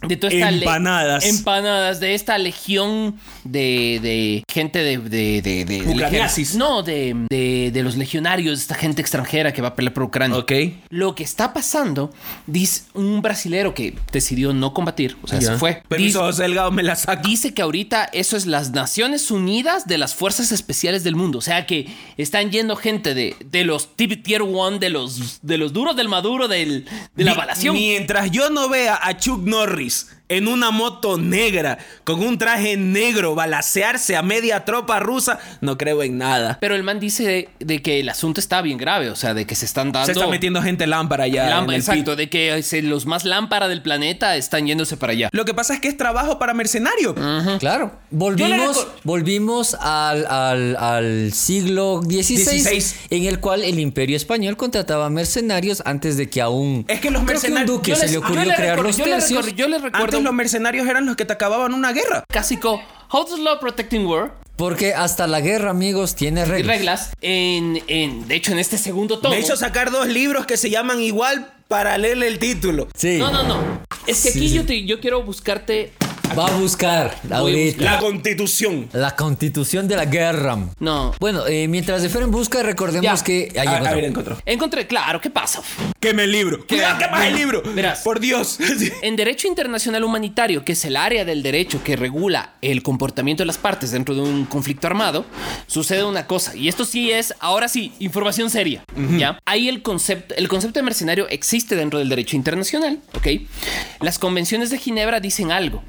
Speaker 3: De toda esta. le-
Speaker 1: Empanadas.
Speaker 3: Empanadas. De esta legión de. de gente de. de, de, de- de
Speaker 1: Ucraniasis.
Speaker 3: legion- no, de, de, de los legionarios, esta gente extranjera que va a pelear por Ucrania.
Speaker 1: Ok.
Speaker 3: Lo que está pasando, dice un brasilero que decidió no combatir, o sea, se
Speaker 1: Ya.
Speaker 3: fue.
Speaker 1: Permiso,
Speaker 3: dice-
Speaker 1: José Delgado, me la saco.
Speaker 3: Dice que ahorita eso es las Naciones Unidas de las Fuerzas Especiales del Mundo. O sea que están yendo gente de, de los tip- Tier 1, de los, de los duros del Maduro, del, de la
Speaker 1: Mi-
Speaker 3: balación.
Speaker 1: Mientras yo no vea a Chuck Norris en una moto negra, con un traje negro, balacearse a media tropa rusa, no creo en nada.
Speaker 3: Pero el man dice de, de que el asunto está bien grave, o sea, de que se están dando...
Speaker 1: Se está metiendo gente lámpara ya.
Speaker 3: lámpara,
Speaker 1: en el
Speaker 3: exacto,
Speaker 1: pit.
Speaker 3: de que se- los más lámpara del planeta están yéndose para allá.
Speaker 1: Lo que pasa es que es trabajo para mercenario.
Speaker 3: Mm,
Speaker 2: Claro.
Speaker 3: Yo le
Speaker 2: Volvimos,
Speaker 3: reco-
Speaker 2: volvimos al, al- al siglo XVI,
Speaker 1: XVI.
Speaker 2: en el cual el imperio español contrataba mercenarios antes de que aún...
Speaker 1: Es que los
Speaker 2: Creo
Speaker 1: mercenarios-
Speaker 2: un duque
Speaker 1: yo
Speaker 2: se
Speaker 1: les-
Speaker 2: le
Speaker 1: yo
Speaker 2: ocurrió
Speaker 3: le
Speaker 2: crear
Speaker 3: recuerdo-
Speaker 2: los
Speaker 3: yo le
Speaker 2: tercios.
Speaker 3: recuerdo- yo le recuerdo
Speaker 1: Antes los
Speaker 3: un
Speaker 1: mercenarios eran los que te acababan una guerra.
Speaker 3: clásico, How does Law Protecting War?
Speaker 2: Porque hasta la guerra, amigos, tiene
Speaker 3: Y
Speaker 2: reglas.
Speaker 3: reglas, en, en, de hecho en este segundo tomo...
Speaker 1: Me hizo sacar dos libros que se llaman igual para leer el título.
Speaker 2: Sí.
Speaker 3: No, no, no. Es que
Speaker 2: Sí,
Speaker 3: aquí
Speaker 2: sí.
Speaker 3: yo, te, yo quiero buscarte
Speaker 2: Va a buscar
Speaker 3: a
Speaker 2: ahorita
Speaker 1: La constitución.
Speaker 2: la constitución de la guerra.
Speaker 3: No.
Speaker 2: Bueno, eh, mientras Eferen busca, recordemos
Speaker 3: Ya.
Speaker 2: que. Ahí
Speaker 1: Ah,
Speaker 2: encontró.
Speaker 1: a ver, encontró.
Speaker 3: Encontré, claro, ¿qué pasa?
Speaker 1: Queme el libro. Cuidado,
Speaker 3: Mira,
Speaker 1: quemas el libro.
Speaker 3: verás.
Speaker 1: Por Dios. [laughs]
Speaker 3: En Derecho Internacional Humanitario, que es el área del derecho que regula el comportamiento de las partes dentro de un conflicto armado, sucede una cosa, y esto sí es, ahora sí, información seria, ¿ya? Ahí el concepto, el concepto de mercenario existe dentro del derecho internacional, ¿ok? Las convenciones de Ginebra dicen algo,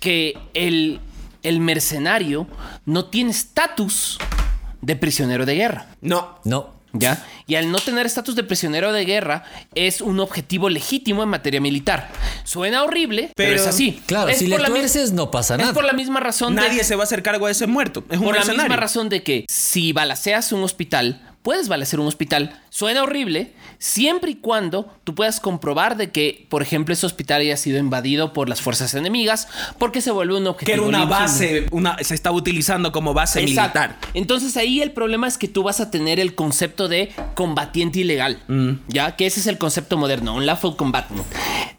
Speaker 3: que el, el mercenario no tiene estatus de prisionero de guerra.
Speaker 1: No.
Speaker 2: No.
Speaker 3: ¿Ya? Y al no tener estatus de prisionero de guerra, es un objetivo legítimo en materia militar. Suena horrible, pero,
Speaker 1: Pero-
Speaker 3: es así.
Speaker 2: Claro,
Speaker 3: Es
Speaker 2: si le
Speaker 3: por la mi-
Speaker 2: tuerces, no pasa
Speaker 3: Es
Speaker 2: nada.
Speaker 3: por la misma razón de-
Speaker 1: Nadie se va a hacer cargo de ese muerto. Es un
Speaker 3: por la
Speaker 1: mercenario.
Speaker 3: misma razón de que si balaceas un hospital, puedes balacear un hospital. Suena horrible, siempre y cuando tú puedas comprobar de que, por ejemplo, ese hospital haya sido invadido por las fuerzas enemigas, porque se vuelve un objetivo
Speaker 1: que era una
Speaker 3: legítimo.
Speaker 1: base, una, se estaba utilizando como base
Speaker 3: Exacto.
Speaker 1: militar.
Speaker 3: Entonces ahí el problema es que tú vas a tener el concepto de combatiente ilegal, ¿ya? Que ese es el concepto moderno, un lawful combatant.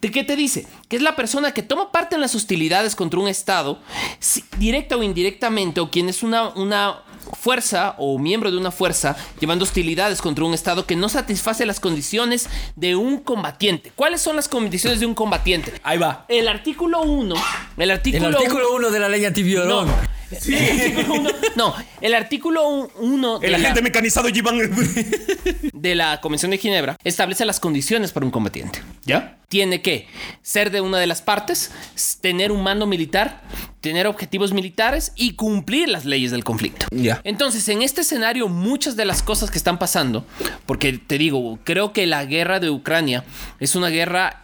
Speaker 3: ¿De qué te dice? Que es la persona que toma parte en las hostilidades contra un Estado, si- directa o indirectamente, o quien es una, una fuerza o miembro de una fuerza llevando hostilidades contra un Estado que no satisface las condiciones de un combatiente. ¿Cuáles son las condiciones de un combatiente?
Speaker 1: Ahí va.
Speaker 3: El artículo 1, el
Speaker 2: El
Speaker 3: artículo,
Speaker 2: artículo 1 de la ley antiviolón.
Speaker 3: No. no, el artículo 1 de,
Speaker 1: El
Speaker 3: la-
Speaker 1: agente mecanizado Iván.
Speaker 3: de la Convención de Ginebra establece las condiciones para un combatiente. ¿Ya? Tiene que ser de una de las partes, s- tener un mando militar, tener objetivos militares y cumplir las leyes del conflicto.
Speaker 1: Ya.
Speaker 3: Entonces, en este escenario, muchas de las cosas que están pasando, porque te digo, creo que la guerra de Ucrania es una guerra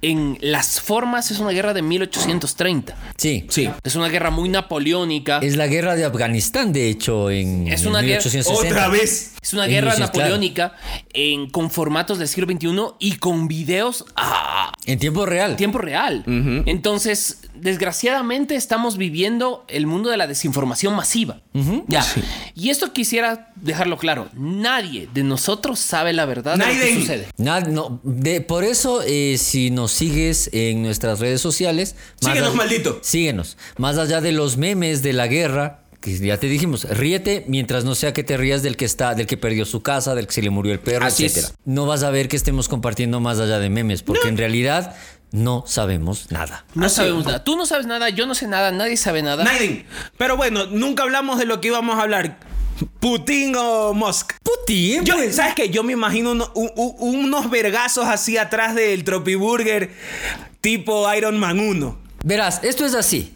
Speaker 3: en las formas, es una guerra de 1830.
Speaker 2: Sí.
Speaker 1: Sí.
Speaker 3: Es una guerra muy napoleónica.
Speaker 2: Es la guerra de Afganistán, de hecho, en
Speaker 3: Es una guerra-
Speaker 2: 1860.
Speaker 1: Otra vez.
Speaker 3: Es una
Speaker 2: En
Speaker 3: guerra
Speaker 2: inicios, claro.
Speaker 3: napoleónica en, con formatos del siglo XXI y con videos a
Speaker 2: En tiempo real.
Speaker 3: tiempo real. Entonces, desgraciadamente estamos viviendo el mundo de la desinformación masiva. ya. Y esto quisiera dejarlo claro. Nadie de nosotros sabe la verdad de lo
Speaker 1: Nadie.
Speaker 3: que sucede.
Speaker 2: Na- no, de- por eso, eh, si nos sigues en nuestras redes sociales. más
Speaker 1: Síguenos,
Speaker 2: al-
Speaker 1: maldito.
Speaker 2: Síguenos. Más allá de los memes de la guerra, que ya te dijimos, ríete mientras no sea que te rías del que está, del que perdió su casa, del que se le murió el perro,
Speaker 3: Así
Speaker 2: etcétera.
Speaker 3: es.
Speaker 2: No vas a ver que estemos compartiendo más allá de memes, porque en realidad no sabemos nada.
Speaker 3: No sabemos nada. Tú no sabes nada, yo no sé nada, nadie sabe nada.
Speaker 1: Nadie. Pero bueno, nunca hablamos de lo que íbamos a hablar. Putin o Musk.
Speaker 2: Putin,
Speaker 1: Yo,
Speaker 2: pues.
Speaker 1: ¿Sabes qué? Yo me imagino uno- u- u- unos vergazos así atrás del Tropiburger tipo Iron Man 1.
Speaker 2: Verás, esto es así.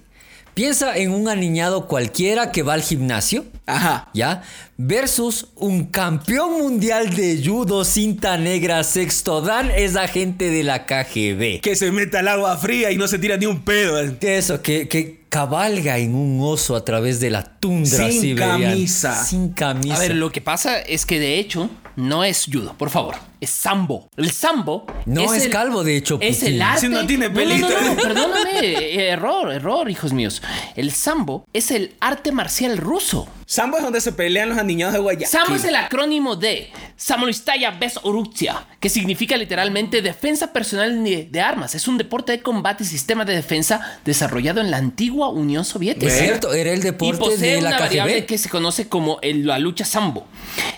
Speaker 2: Piensa en un aniñado cualquiera que va al gimnasio.
Speaker 1: Ajá.
Speaker 2: ¿Ya? Versus un campeón mundial de judo cinta negra sexto dan es agente de la KGB.
Speaker 1: Que se meta al agua fría y no se tira ni un pedo. eh.
Speaker 2: Que eso, que, que cabalga en un oso a través de la tundra
Speaker 1: Sin
Speaker 2: siberiana.
Speaker 1: camisa.
Speaker 2: Sin camisa.
Speaker 3: A ver, lo que pasa es que de hecho no es judo, por favor, es sambo. El sambo
Speaker 2: No es
Speaker 3: el-
Speaker 2: calvo, de hecho,
Speaker 3: Es
Speaker 2: Putin.
Speaker 3: el arte.
Speaker 1: Si no tiene
Speaker 3: no,
Speaker 1: pelito.
Speaker 3: no, no, perdóname, [laughs] eh, error, error, hijos míos. El sambo es el arte marcial ruso.
Speaker 1: Sambo es donde se pelean los aniñados de Guayas.
Speaker 3: Sambo es el acrónimo de Samoistaya Bes Orutsia, que significa literalmente defensa personal de, de armas. Es un deporte de combate y sistema de defensa desarrollado en la antigua Unión Soviética.
Speaker 2: Es cierto, era el
Speaker 3: Y
Speaker 2: deporte
Speaker 3: posee
Speaker 2: de la
Speaker 3: una variable
Speaker 2: KGB.
Speaker 3: que se conoce como el- la lucha sambo.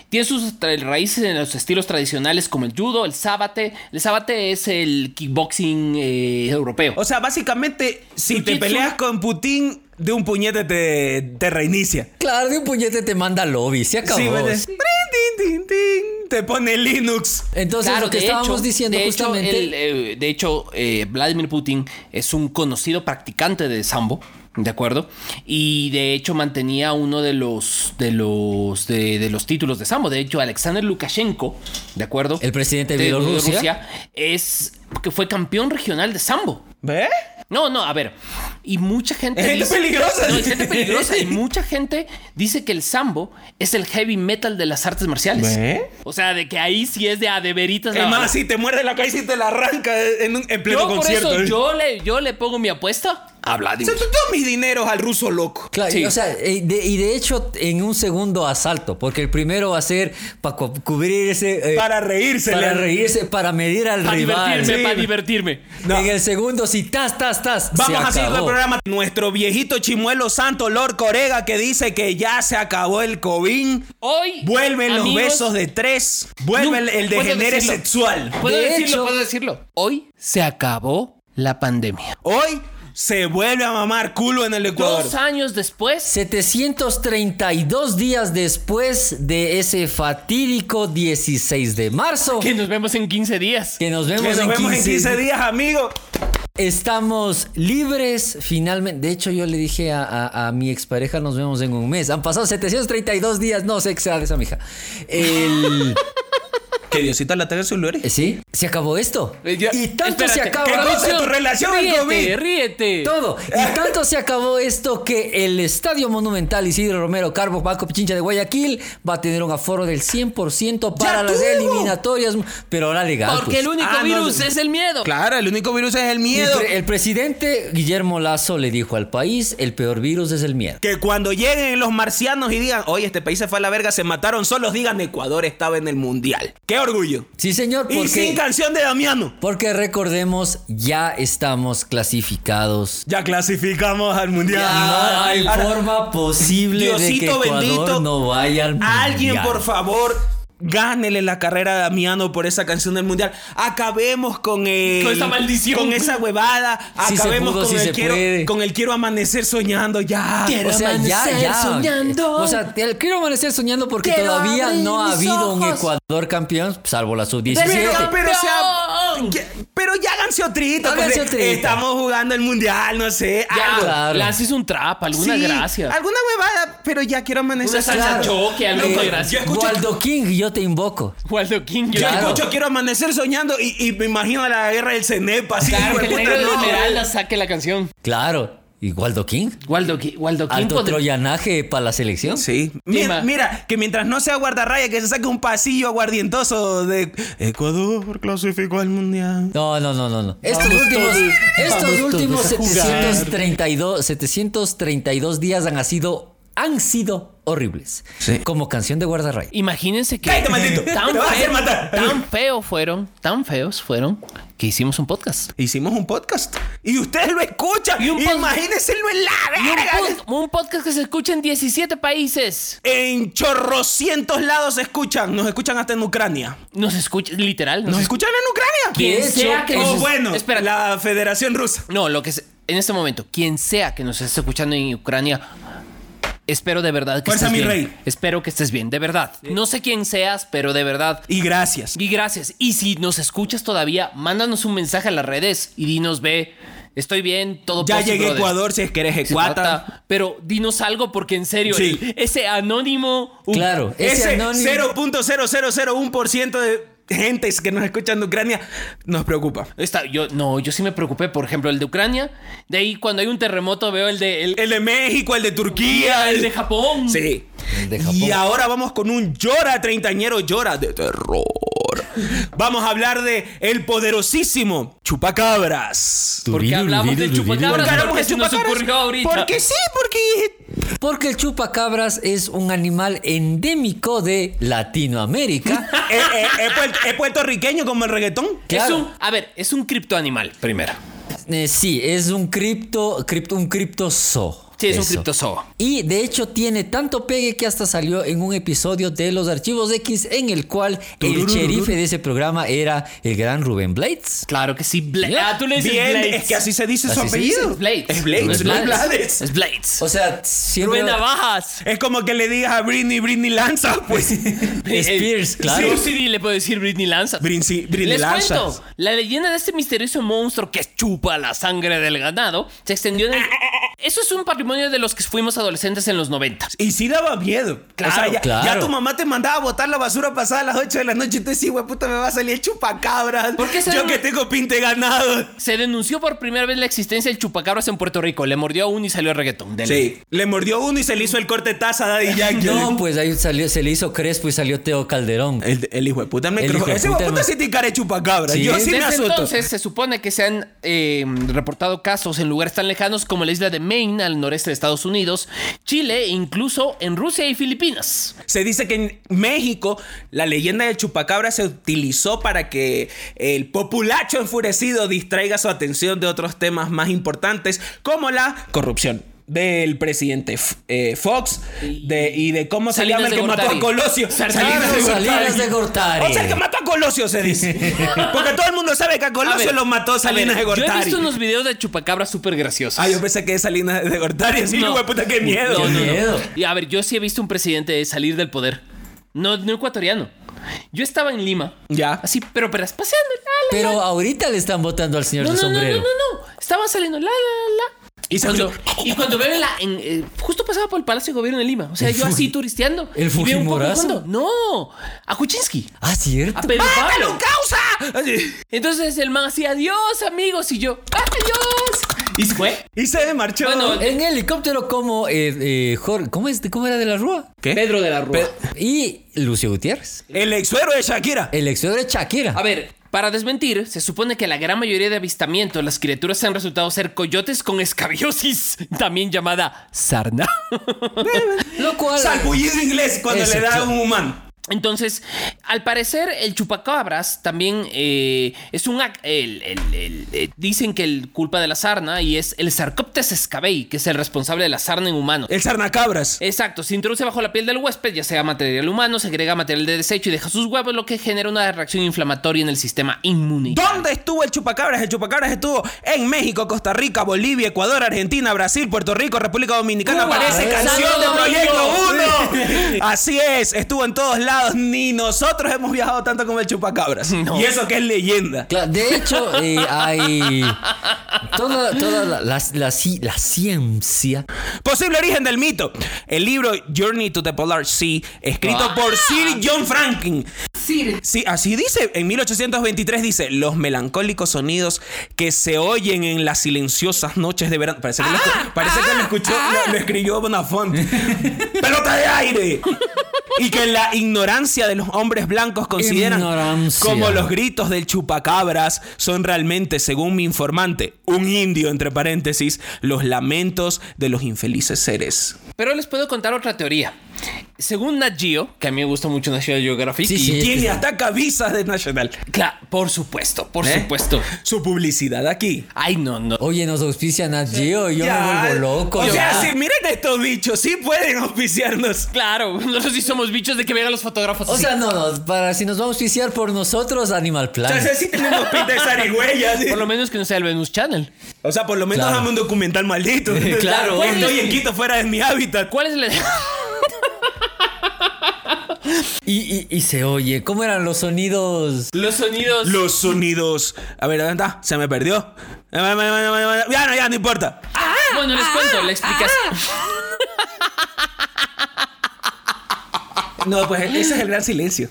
Speaker 3: Tiene sus tra- raíces en los estilos tradicionales como el judo, el sábate. El sábate es el kickboxing eh, europeo.
Speaker 1: O sea, básicamente, si te
Speaker 3: Jiu-jitsu.
Speaker 1: peleas con Putin, de un puñete te, te reinicia.
Speaker 2: Claro, de un puñete te manda al lobby, se acabó.
Speaker 1: Sí, ¿verdad? Trin, tin, tin, tin. Te pone Linux.
Speaker 2: Entonces,
Speaker 3: Claro,
Speaker 2: lo que
Speaker 3: de
Speaker 2: estábamos
Speaker 3: hecho-
Speaker 2: diciendo
Speaker 3: de hecho,
Speaker 2: justamente.
Speaker 3: el, eh, de hecho, eh, Vladimir Putin es un conocido practicante de sambo, ¿de acuerdo? Y de hecho mantenía uno de los de los de, de los títulos de sambo. De hecho, Alexander Lukashenko, ¿de acuerdo?
Speaker 2: El presidente de Bielorrusia.
Speaker 3: es que fue campeón regional de sambo.
Speaker 1: ¿Ve?
Speaker 3: No, no, a ver. Y mucha gente.
Speaker 1: Gente peligrosa.
Speaker 3: No, es gente peligrosa. Y mucha gente dice que el sambo es el heavy metal de las artes marciales.
Speaker 1: ¿Ve?
Speaker 3: O sea, de que ahí sí es de a de veritas la
Speaker 1: Es más,
Speaker 3: bala.
Speaker 1: si te muerde la cabeza y te la arranca en, un- en pleno
Speaker 3: Yo por
Speaker 1: concierto. ¿eh?
Speaker 3: eso yo le, yo le pongo mi apuesta a
Speaker 1: O
Speaker 3: Vladimir.
Speaker 1: sea, tú todos mis dineros al ruso loco.
Speaker 2: Claro,
Speaker 3: Sí.
Speaker 2: y, o sea, eh, de- y de hecho en un segundo asalto, porque el primero va a ser para cubrir ese... eh,
Speaker 1: Para reírse.
Speaker 2: para
Speaker 1: Leandro.
Speaker 2: reírse, para medir al
Speaker 3: Para
Speaker 2: rival.
Speaker 3: divertirme,
Speaker 1: Sí.
Speaker 3: para divertirme.
Speaker 1: No.
Speaker 2: En el segundo, si tas, tas, tas.
Speaker 1: Vamos
Speaker 2: se
Speaker 1: a seguir con el
Speaker 2: acabó.
Speaker 1: programa. Nuestro viejito chimuelo santo, Lord Corega, que dice que ya se acabó el COVID.
Speaker 3: Hoy.
Speaker 1: Vuelven los
Speaker 3: amigos,
Speaker 1: besos de tres. Vuelve el,
Speaker 3: no,
Speaker 1: el
Speaker 3: puedo
Speaker 1: degenere
Speaker 3: decirlo.
Speaker 1: sexual.
Speaker 3: Puedo
Speaker 2: De
Speaker 3: decirlo,
Speaker 2: hecho-
Speaker 3: puedo decirlo. Hoy se acabó la pandemia.
Speaker 1: Hoy se vuelve a mamar culo en el Ecuador.
Speaker 3: Dos años después.
Speaker 2: 732 días después de ese fatídico 16 de marzo,
Speaker 3: Que nos vemos en 15 días.
Speaker 2: que nos vemos,
Speaker 1: Que nos
Speaker 2: en,
Speaker 1: vemos
Speaker 2: 15
Speaker 1: en 15 días, amigo.
Speaker 2: Estamos libres finalmente. De hecho, yo le dije a, a- a mi expareja, nos vemos en un mes. Han pasado 732 días. No sé qué será de esa mija. El- [laughs]
Speaker 1: Que Diosito la tenga en su lugar.
Speaker 2: eh, ¿Sí? Se acabó esto.
Speaker 3: Eh, ya-
Speaker 2: y tanto se
Speaker 3: espérate,
Speaker 2: acabó
Speaker 1: ¿qué
Speaker 2: ahora
Speaker 1: cosa? tu relación al
Speaker 3: ríete,
Speaker 1: COVID.
Speaker 3: Ríete.
Speaker 2: todo. Y
Speaker 1: [laughs]
Speaker 2: tanto se acabó esto que el Estadio Monumental Isidro Romero Carbo Paco Pichincha de Guayaquil va a tener un aforo del 100% para
Speaker 1: ¡Ya
Speaker 2: las
Speaker 1: tuvo!
Speaker 2: eliminatorias. Pero ahora legal.
Speaker 3: Porque
Speaker 2: pues.
Speaker 3: el único
Speaker 1: Ah, no,
Speaker 3: virus
Speaker 1: no.
Speaker 3: es el miedo.
Speaker 1: Claro, el único virus es el
Speaker 2: El
Speaker 1: miedo.
Speaker 2: pre- el presidente Guillermo Lazo le dijo al país, el peor virus es el miedo.
Speaker 1: Que cuando lleguen los marcianos y digan, oye, este país se fue a la verga, se mataron solos, digan, Ecuador estaba en el mundial. ¡Qué orgullo!
Speaker 2: Sí, señor,
Speaker 1: Y sin
Speaker 2: porque,
Speaker 1: canción de Damiano.
Speaker 2: porque recordemos, ya estamos clasificados.
Speaker 1: Ya clasificamos al mundial.
Speaker 2: no hay
Speaker 1: Ahora,
Speaker 2: forma posible de que
Speaker 1: Diosito
Speaker 2: Ecuador
Speaker 1: bendito,
Speaker 2: no vaya al mundial.
Speaker 1: Alguien, por favor, gánele la carrera a Damiano por esa canción del mundial. Acabemos con el-
Speaker 3: Con esa maldición.
Speaker 1: Con esa huevada.
Speaker 2: Sí se
Speaker 1: Acabemos
Speaker 2: pudo,
Speaker 1: con,
Speaker 2: sí
Speaker 1: el
Speaker 2: se
Speaker 1: quiero,
Speaker 2: puede.
Speaker 1: con el quiero amanecer soñando ya.
Speaker 3: Quiero
Speaker 2: O sea, ya,
Speaker 3: amanecer
Speaker 2: ya.
Speaker 3: soñando.
Speaker 2: O sea, te- quiero amanecer soñando porque
Speaker 3: Quiero
Speaker 2: todavía
Speaker 3: abrir
Speaker 2: no ha
Speaker 3: mis
Speaker 2: habido un
Speaker 3: ojos.
Speaker 2: Ecuador campeón, salvo la
Speaker 1: Pero,
Speaker 2: sub-17.
Speaker 1: pero, o sea,
Speaker 3: ¡Campeón!
Speaker 1: que- pero ya háganse otrita,
Speaker 2: Háganse
Speaker 1: porque
Speaker 2: otrita.
Speaker 1: Estamos jugando el mundial, no sé.
Speaker 3: Ya,
Speaker 1: algo.
Speaker 2: claro.
Speaker 3: le haces un trap, alguna
Speaker 1: Sí, Ah.
Speaker 3: gracia.
Speaker 1: Alguna huevada, pero ya quiero amanecer.
Speaker 3: Una salsa
Speaker 1: soñando.
Speaker 3: choque, algo
Speaker 1: Loco,
Speaker 3: con gracia.
Speaker 1: Yo escucho,
Speaker 2: Waldo King, yo te invoco.
Speaker 3: Waldo King, yo
Speaker 1: yo
Speaker 2: Claro.
Speaker 1: escucho quiero amanecer soñando y, y me imagino la guerra del Cenepa. Así,
Speaker 3: Claro,
Speaker 1: hijo
Speaker 3: que
Speaker 1: de
Speaker 3: el
Speaker 1: puta,
Speaker 3: negro de
Speaker 1: no.
Speaker 3: Esmeralda saque la canción.
Speaker 2: Claro. Y ¿Y Waldo King?
Speaker 3: Waldo, Ki- Waldo King
Speaker 2: Alto
Speaker 3: podría-
Speaker 2: troyanaje para la selección.
Speaker 1: Sí. Mi-
Speaker 3: Ima-
Speaker 1: Mira, que mientras no sea guardarraya, que se saque un pasillo aguardientoso de Ecuador clasificó al mundial.
Speaker 2: No, no, no, no, no. Estos
Speaker 3: Vamos
Speaker 2: últimos,
Speaker 3: todos,
Speaker 2: estos
Speaker 3: vamos
Speaker 2: últimos
Speaker 3: todos a jugar.
Speaker 2: 732, 732 días han sido, han sido horribles.
Speaker 1: Sí.
Speaker 2: Como canción de guardarraya.
Speaker 3: Imagínense que.
Speaker 1: Cállate, maldito.
Speaker 3: [laughs] Tan
Speaker 1: Te vas a hacer
Speaker 3: feo-
Speaker 1: matar.
Speaker 3: Tan feo fueron, tan feos fueron que hicimos un podcast.
Speaker 1: Hicimos un podcast y ustedes lo escuchan.
Speaker 3: Y un pod-
Speaker 1: Imagínense lo en
Speaker 3: Y
Speaker 1: la
Speaker 3: un,
Speaker 1: verga.
Speaker 3: pod- un podcast que se escucha en 17 países.
Speaker 1: En chorrocientos lados se escuchan. Nos escuchan hasta en Ucrania.
Speaker 3: Nos escucha, literal.
Speaker 1: ¿Nos
Speaker 3: Nos escucha.
Speaker 1: escuchan en Ucrania?
Speaker 3: Quien
Speaker 2: De hecho,
Speaker 3: sea que
Speaker 1: Oh,
Speaker 3: nos es-
Speaker 1: bueno,
Speaker 3: Espera.
Speaker 1: la Federación Rusa.
Speaker 3: No, lo que es. En este momento, quien sea que nos esté escuchando en Ucrania. Espero de verdad que
Speaker 1: Fuerza,
Speaker 3: estés
Speaker 1: mi
Speaker 3: bien.
Speaker 1: rey.
Speaker 3: Espero que estés bien, de verdad. No sé quién seas, pero de verdad.
Speaker 1: Y gracias.
Speaker 3: Y gracias. Y si nos escuchas todavía, mándanos un mensaje a las redes y dinos, ve, estoy bien, todo
Speaker 1: Ya
Speaker 3: posty,
Speaker 1: llegué a
Speaker 3: brother".
Speaker 1: Ecuador, si es que eres
Speaker 3: Se
Speaker 1: ecuata.
Speaker 3: trata, Pero dinos algo porque en serio,
Speaker 1: Sí.
Speaker 3: el- ese anónimo... uh,
Speaker 2: Claro, ese,
Speaker 1: Ese
Speaker 2: anónimo.
Speaker 1: 0.0001% de gentes que nos escuchan de Ucrania nos preocupa.
Speaker 3: Está, yo, no, yo sí me preocupé, por ejemplo, el de Ucrania. De ahí cuando hay un terremoto veo el de... El,
Speaker 1: El de México, el de Turquía,
Speaker 3: el de Japón.
Speaker 1: Sí.
Speaker 2: El de Japón.
Speaker 1: Y ahora vamos con un llora treintañero, llora de terror. Vamos a hablar de el poderosísimo chupacabras.
Speaker 3: Porque hablamos del chupacabras.
Speaker 1: Claro,
Speaker 3: Porque se nos ocurrió ahorita.
Speaker 1: Porque sí, porque
Speaker 2: Porque el chupacabras es un animal endémico de
Speaker 3: [laughs]
Speaker 2: Latinoamérica.
Speaker 1: es, es- es puer- es puertorriqueño como el reggaetón.
Speaker 2: Claro.
Speaker 3: Es un, a ver, es un criptoanimal, primero.
Speaker 2: Eh, sí, es un cripto, cripto un criptozo.
Speaker 3: Sí, es un
Speaker 2: Eso.
Speaker 3: criptozoa.
Speaker 2: Y de hecho tiene tanto pegue que hasta salió en un episodio de Los Archivos X en el cual el
Speaker 1: Tururururur.
Speaker 2: sheriff de ese programa era el gran Rubén Blades.
Speaker 3: Claro que sí, Bla-
Speaker 2: Ya.
Speaker 3: Ah, tú le dices
Speaker 1: Bien,
Speaker 3: Blades.
Speaker 1: es que así se dice su
Speaker 2: Así se
Speaker 1: apellido.
Speaker 3: Es Blades.
Speaker 1: Es Blades,
Speaker 3: No
Speaker 1: no es Blades.
Speaker 3: Es Blades.
Speaker 2: O sea, siempre...
Speaker 3: Rubén
Speaker 2: [laughs]
Speaker 3: Navajas.
Speaker 1: Es como que le digas a Britney, Britney Lanza, pues.
Speaker 2: Spears, claro.
Speaker 3: Sí, sí, le puedo decir Britney Lanza.
Speaker 1: Brinci- Britney
Speaker 3: Les
Speaker 1: Lanza.
Speaker 3: cuento, la leyenda de este misterioso monstruo que chupa la sangre del ganado se extendió en el... Eso es un patrimonio de los que fuimos adolescentes en los 90.
Speaker 1: Y sí daba miedo.
Speaker 3: Claro,
Speaker 1: o sea, ya,
Speaker 2: claro.
Speaker 1: ya tu mamá te mandaba a botar la basura pasada a las 8 de la noche y tú decís, güey, puta, me va a salir el chupacabras.
Speaker 3: ¿Por qué se
Speaker 1: Yo
Speaker 3: dan-
Speaker 1: que tengo pinte ganado.
Speaker 3: Se denunció por primera vez la existencia del chupacabras en Puerto Rico. Le mordió a uno y salió el reggaetón. Dele.
Speaker 1: Sí. Le mordió uno y se le hizo el corte de taza a Daddy Yankee.
Speaker 2: No, pues ahí salió, se le hizo Crespo y salió Teo Calderón.
Speaker 1: El, el hijo de puta me
Speaker 2: El
Speaker 1: creo-
Speaker 2: hijo de
Speaker 1: Ese hijo
Speaker 2: puta
Speaker 1: de puta
Speaker 2: no.
Speaker 1: sí te cara de chupacabras.
Speaker 2: Sí.
Speaker 1: Yo sí me
Speaker 3: Desde
Speaker 1: asusto.
Speaker 3: entonces se supone que se han eh, reportado casos en lugares tan lejanos como la isla de Maine al noreste de Estados Unidos, Chile e incluso en Rusia y Filipinas.
Speaker 1: Se dice que en México la leyenda del chupacabra se utilizó para que el populacho enfurecido distraiga su atención de otros temas más importantes como la corrupción del presidente F- eh, Fox de- y de cómo se
Speaker 3: Salinas
Speaker 1: llama el
Speaker 3: de
Speaker 1: que mató
Speaker 3: Gortari.
Speaker 1: a Colosio.
Speaker 3: Salinas
Speaker 2: de Salinas de Gortari.
Speaker 1: O sea, el que mató a Colosio se
Speaker 3: [laughs]
Speaker 1: dice. Porque todo el mundo sabe que a
Speaker 3: A
Speaker 1: Colosio
Speaker 3: ver,
Speaker 1: lo mató
Speaker 3: a
Speaker 1: Salinas
Speaker 3: ver,
Speaker 1: de Gortari.
Speaker 3: Yo he visto unos videos de chupacabras súper graciosos.
Speaker 1: Ah, yo pensé que es Salinas de Gortari. [laughs] Sí,
Speaker 3: No.
Speaker 1: güey, puta, qué miedo.
Speaker 3: No, no, no.
Speaker 2: miedo.
Speaker 3: Y a ver, yo sí he visto un presidente salir del poder. No, no ecuatoriano. Yo estaba en Lima.
Speaker 1: Ya.
Speaker 3: Así, pero, pero paseando. la, la, la.
Speaker 2: Pero ahorita le están votando al señor
Speaker 3: No,
Speaker 2: del
Speaker 3: no, no, no,
Speaker 2: sombrero.
Speaker 3: no, no. Estaba saliendo. La, la, la, la.
Speaker 1: Y se
Speaker 3: Cuando- y cuando veo en la. en, eh, justo pasaba por el Palacio de Gobierno de Lima. O sea,
Speaker 2: El
Speaker 3: yo así
Speaker 2: Fuji-
Speaker 3: turisteando.
Speaker 2: el
Speaker 3: y veo un poco de
Speaker 2: Fujimorazo.
Speaker 3: fondo. No, a Kuczynski.
Speaker 2: Ah, cierto.
Speaker 3: A Pedro
Speaker 1: ¡Mátalo,
Speaker 3: Pablo.
Speaker 1: causa! Así.
Speaker 3: Entonces el man así, adiós, amigos. Y yo, adiós. Y se fue.
Speaker 1: Y se marchó.
Speaker 3: Bueno,
Speaker 2: En helicóptero como eh, eh, Jorge- ¿cómo, es, ¿Cómo era de la Rúa?
Speaker 1: ¿Qué?
Speaker 3: Pedro de la Rúa.
Speaker 2: Y Lucio Gutiérrez.
Speaker 1: El exuero de Shakira.
Speaker 2: El ex de Shakira.
Speaker 3: A ver, para desmentir, se supone que la gran mayoría de avistamientos, las criaturas han resultado ser coyotes con escabiosis, [laughs] también llamada sarna.
Speaker 2: Lo cual.
Speaker 1: Salpullido inglés cuando
Speaker 2: Eso,
Speaker 1: le da a
Speaker 2: claro.
Speaker 1: un humano.
Speaker 3: Entonces, al parecer, el chupacabras también eh, es un... ac- el- el- el- eh, dicen que el culpa de la sarna y es el Sarcoptes scabei, que es el responsable de la sarna en humanos.
Speaker 1: El sarnacabras.
Speaker 3: Exacto, se introduce bajo la piel del huésped, ya sea material humano, segrega material de desecho y deja sus huevos, lo que genera una reacción inflamatoria en el sistema inmune.
Speaker 1: ¿Dónde estuvo el chupacabras? El chupacabras estuvo en México, Costa Rica, Bolivia, Ecuador, Argentina, Brasil, Puerto Rico, República Dominicana.
Speaker 3: Cuba,
Speaker 1: Parece
Speaker 3: eh,
Speaker 1: canción
Speaker 3: Santo
Speaker 1: de Proyecto
Speaker 3: [laughs] Domingo.
Speaker 1: 1. Así es, estuvo en todos lados, ni nosotros hemos viajado tanto como el chupacabras.
Speaker 3: No.
Speaker 1: Y eso que es leyenda.
Speaker 2: Cla- De hecho, eh, hay toda, toda la, la- la ci- la ciencia.
Speaker 1: Posible origen del mito. El libro Journey to the Polar Sea, escrito
Speaker 3: Ah.
Speaker 1: por Sir John Franklin.
Speaker 4: Sir.
Speaker 1: Sí, así dice, en 1823 dice, los melancólicos sonidos que se oyen en las silenciosas noches de verano. Parece que, lo, escu- parece que lo escuchó, lo, lo escribió Bonafont. [laughs] ¡Pelota de aire! Y que la ignorancia de los hombres blancos consideran
Speaker 2: Ignorancia.
Speaker 1: como los gritos del chupacabras son realmente, según mi informante, un indio, entre paréntesis, los lamentos de los infelices seres.
Speaker 3: Pero les puedo contar otra teoría. Según Nat Geo, que a mí me gusta mucho National Geographic,
Speaker 2: Sí,
Speaker 3: y-
Speaker 2: sí.
Speaker 1: Tiene hasta cabezas de National.
Speaker 3: Cla- por supuesto, por
Speaker 1: ¿Eh?
Speaker 3: supuesto.
Speaker 1: Su publicidad aquí.
Speaker 3: Ay, no, no.
Speaker 2: Oye, nos auspicia Nat Geo, yo
Speaker 1: Ya.
Speaker 2: me vuelvo loco.
Speaker 1: O sea,
Speaker 2: ya.
Speaker 1: si miren estos bichos, sí pueden auspiciarnos.
Speaker 3: Claro, [laughs] nosotros sí somos bichos de que vengan los fotógrafos.
Speaker 2: O
Speaker 3: así.
Speaker 2: sea, no, no, para si nos va a auspiciar por nosotros Animal
Speaker 1: O sea,
Speaker 2: Planet.
Speaker 1: sí tenemos pinta de zarigüeya. sí.
Speaker 3: por lo menos que no sea el Venus Channel.
Speaker 1: O sea, por lo menos
Speaker 2: Claro.
Speaker 1: dame un documental maldito.
Speaker 2: [laughs] Claro,
Speaker 1: Porque
Speaker 2: obvio.
Speaker 1: estoy en Quito fuera de mi hábitat.
Speaker 3: ¿Cuál es el [laughs]
Speaker 2: Y, y- y se oye, ¿cómo eran los sonidos?
Speaker 3: los sonidos?
Speaker 1: Los sonidos. A ver, ¿dónde está? Se me perdió. Ya no, ya no importa.
Speaker 3: bueno,
Speaker 2: Ah,
Speaker 3: les cuento, la explicación.
Speaker 1: No, pues ese es el gran silencio.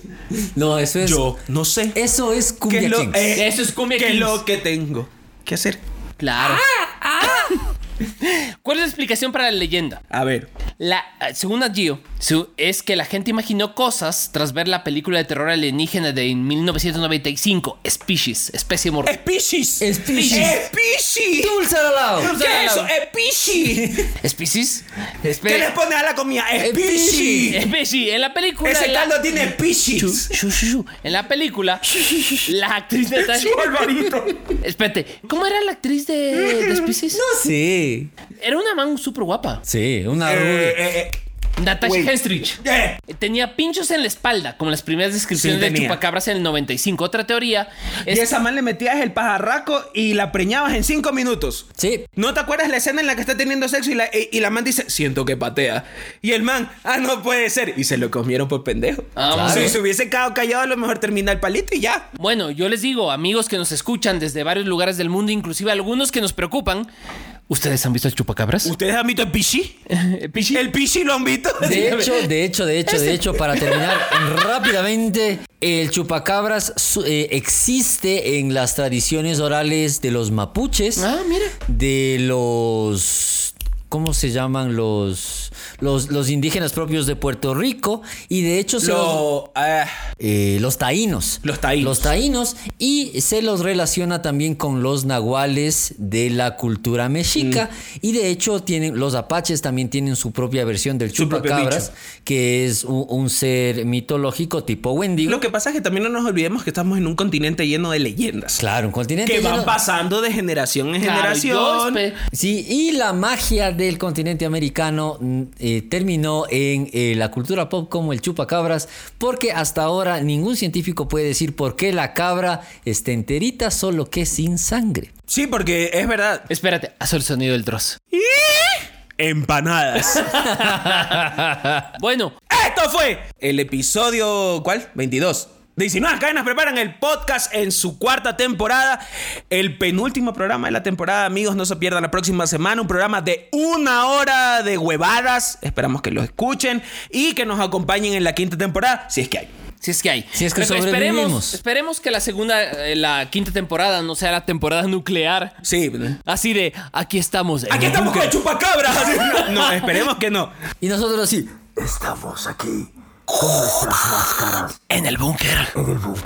Speaker 2: No, eso es.
Speaker 1: Yo no sé.
Speaker 2: Eso es
Speaker 1: ¿Qué
Speaker 2: Cumbia
Speaker 1: es lo,
Speaker 2: Kings.
Speaker 1: eh,
Speaker 3: Eso es Cumbia
Speaker 1: qué es
Speaker 3: Kings.
Speaker 1: lo que tengo que hacer?
Speaker 3: Claro.
Speaker 2: Ah,
Speaker 3: [laughs] ¿Cuál es la explicación para la leyenda?
Speaker 1: A ver.
Speaker 3: La, eh, según Nat Geo, su- es que la gente imaginó cosas tras ver la película de terror alienígena de 1995, Species, especie mortal.
Speaker 1: Epichis.
Speaker 2: Espichis.
Speaker 1: Epichis.
Speaker 2: Dulce al lado.
Speaker 1: ¿Qué es eso?
Speaker 2: [laughs]
Speaker 1: Epichis.
Speaker 3: ¿Species?
Speaker 1: Eh. ¿Qué les pones a la comida? Epichis.
Speaker 3: Species. En la película.
Speaker 1: Ese
Speaker 3: la-
Speaker 1: caldo tiene
Speaker 3: Chu,
Speaker 1: pichis.
Speaker 3: chu, chu, chu. En la película, la actriz Natasha.
Speaker 1: Eh,
Speaker 3: Espérate, ¿cómo era la actriz de, de
Speaker 1: Mm,
Speaker 3: Species?
Speaker 2: Sí.
Speaker 3: Era una man súper guapa.
Speaker 2: Sí, una
Speaker 1: Eh,
Speaker 2: rubia.
Speaker 1: eh,
Speaker 3: Natasha
Speaker 1: Wait.
Speaker 3: Henstridge.
Speaker 1: eh.
Speaker 3: Tenía pinchos en la espalda, como las primeras descripciones
Speaker 1: Sí,
Speaker 3: de
Speaker 1: tenía.
Speaker 3: chupacabras en el 95. Otra teoría es
Speaker 1: Y esa man le metías el pajarraco y la preñabas en cinco minutos.
Speaker 2: Sí.
Speaker 1: ¿No te acuerdas la escena en la que está teniendo sexo y la, eh, y- y la man dice, siento que patea? Y el man, ah, no puede ser. Y se lo comieron por pendejo.
Speaker 3: Ah, Claro.
Speaker 1: Si se hubiese quedado callado, a lo mejor termina el palito y ya.
Speaker 3: Bueno, yo les digo, amigos que nos escuchan desde varios lugares del mundo, inclusive algunos que nos preocupan, ¿ustedes han visto el chupacabras?
Speaker 1: ¿Ustedes han visto el pichi? ¿El pichi lo han visto? [laughs]
Speaker 2: De hecho, de hecho, de hecho, de hecho, para terminar rápidamente, el chupacabras su- eh, existe en las tradiciones orales de los mapuches.
Speaker 3: Ah, mira.
Speaker 2: de los ¿cómo se llaman los los, los indígenas propios de Puerto Rico? Y de hecho se los,
Speaker 1: Lo- ah,
Speaker 2: eh, los taínos.
Speaker 1: Los taínos.
Speaker 2: Los taínos. Y se los relaciona también con los nahuales de la cultura mexica.
Speaker 1: Mm.
Speaker 2: Y de hecho, tienen, los apaches también tienen su propia versión del
Speaker 1: Su propio
Speaker 2: chupacabras, que es un, un ser mitológico tipo Wendigo.
Speaker 1: lo que pasa es que también no nos olvidemos que estamos en un continente lleno de leyendas.
Speaker 2: Claro, un continente.
Speaker 1: Que van
Speaker 2: lleno-
Speaker 1: pasando de generación en
Speaker 3: Claro,
Speaker 1: generación.
Speaker 3: yo espe-
Speaker 2: Sí, y la magia del continente americano mm, eh, terminó en eh, la cultura pop como el chupacabras, porque hasta ahora ningún científico puede decir por qué la cabra está enterita, solo que sin sangre.
Speaker 1: Sí, porque es verdad.
Speaker 3: Espérate, haz el sonido del trozo. [laughs]
Speaker 1: Empanadas.
Speaker 3: Bueno,
Speaker 1: Esto fue el episodio. ¿Cuál? 22. 19 cadenas preparan el podcast en su cuarta temporada. El penúltimo programa de la temporada, amigos. No se pierdan la próxima semana. Un programa de una hora de huevadas. Esperamos que lo escuchen y que nos acompañen en la quinta temporada, si es que hay.
Speaker 3: si es que hay.
Speaker 2: Si es que
Speaker 3: Pero esperemos,
Speaker 2: sobrevivimos.
Speaker 3: esperemos que la segunda, eh, la quinta temporada no sea la temporada nuclear.
Speaker 1: Sí.
Speaker 3: Así de, aquí estamos. en
Speaker 1: Aquí
Speaker 3: el
Speaker 1: estamos con
Speaker 3: búnker.
Speaker 1: el chupacabras. [laughs] No, esperemos que no.
Speaker 2: Y nosotros así,
Speaker 3: En el búnker.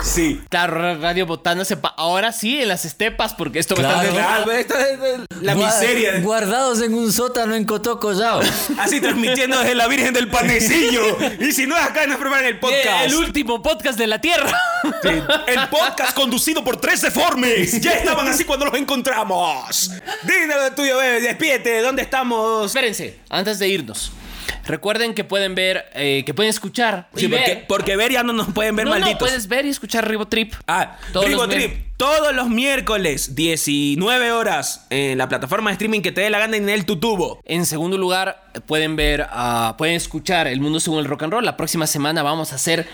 Speaker 1: Sí.
Speaker 3: Claro, Ra- Radio Botana sepa. Ahora sí, en las estepas, porque esto va a estar
Speaker 2: Claro.
Speaker 3: de-
Speaker 1: Ah, esto es La
Speaker 2: "Gua-
Speaker 1: miseria.
Speaker 2: Guardados en un sótano en Cotocollao.
Speaker 1: Así transmitiendo desde la Virgen del Panecillo. Y si no es acá, nos preparan el podcast.
Speaker 3: El último podcast de la Tierra. [laughs]
Speaker 1: El podcast conducido por tres deformes. Ya estaban así cuando los encontramos. Dígame lo tuyo, bebé. Despídete. ¿Dónde estamos?
Speaker 3: Espérense, antes de irnos. Recuerden que pueden ver, eh, que pueden escuchar. y
Speaker 1: Sí,
Speaker 3: ver.
Speaker 1: porque, porque ver ya no nos pueden ver
Speaker 3: no, no,
Speaker 1: malditos.
Speaker 3: puedes ver y escuchar Ribotrip.
Speaker 1: Ah,
Speaker 3: Todos los
Speaker 1: Ribotrip,
Speaker 3: miércoles.
Speaker 1: todos los miércoles, 19 horas, en la plataforma de streaming que te dé la gana y en el tu tubo.
Speaker 3: En segundo lugar, pueden ver, ah, pueden escuchar El Mundo Según el Rock and Roll. La próxima semana vamos a hacer,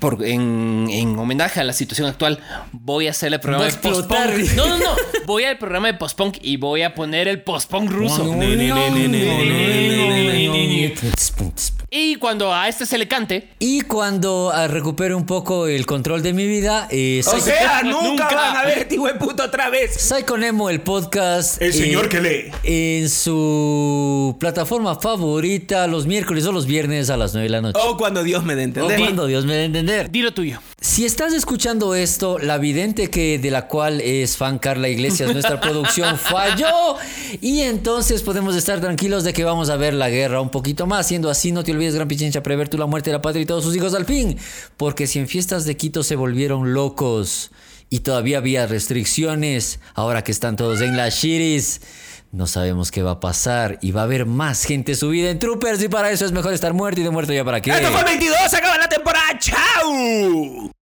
Speaker 3: por, en, en homenaje a la situación actual, voy a hacer el programa
Speaker 2: Va a
Speaker 3: de post
Speaker 2: explotar.
Speaker 3: No, no, no. Voy al programa de post-punk y voy a poner el post-punk ruso. Y cuando a este se le cante,
Speaker 2: Y cuando ah, recupere un poco el control de mi vida, eh,
Speaker 1: O
Speaker 2: Psycho,
Speaker 1: sea, [laughs] nunca,
Speaker 3: Nunca.
Speaker 1: van a ver este puto otra vez.
Speaker 2: Psycho Nemo, el podcast. eh,
Speaker 1: El señor que lee.
Speaker 2: En su plataforma favorita, los miércoles o los viernes a las 9 de la noche.
Speaker 1: O cuando Dios me dé a
Speaker 2: O
Speaker 1: entender.
Speaker 2: cuando Dios me dé a entender.
Speaker 3: di lo tuyo.
Speaker 2: Si estás escuchando esto, la vidente que de la cual es fan Carla Iglesias, nuestra producción falló y entonces podemos estar tranquilos de que vamos a ver la guerra un poquito más. Siendo así, no te olvides, gran pichincha, prever tú la muerte de la patria y todos sus hijos al fin, porque si en fiestas de Quito se volvieron locos y todavía había restricciones, ahora que están todos en las shiris. No sabemos qué va a pasar y va a haber más gente subida en troopers y para eso es mejor estar muerto y de muerto ya para qué.
Speaker 1: Esto fue el 22, se acaba la temporada. ¡Chao!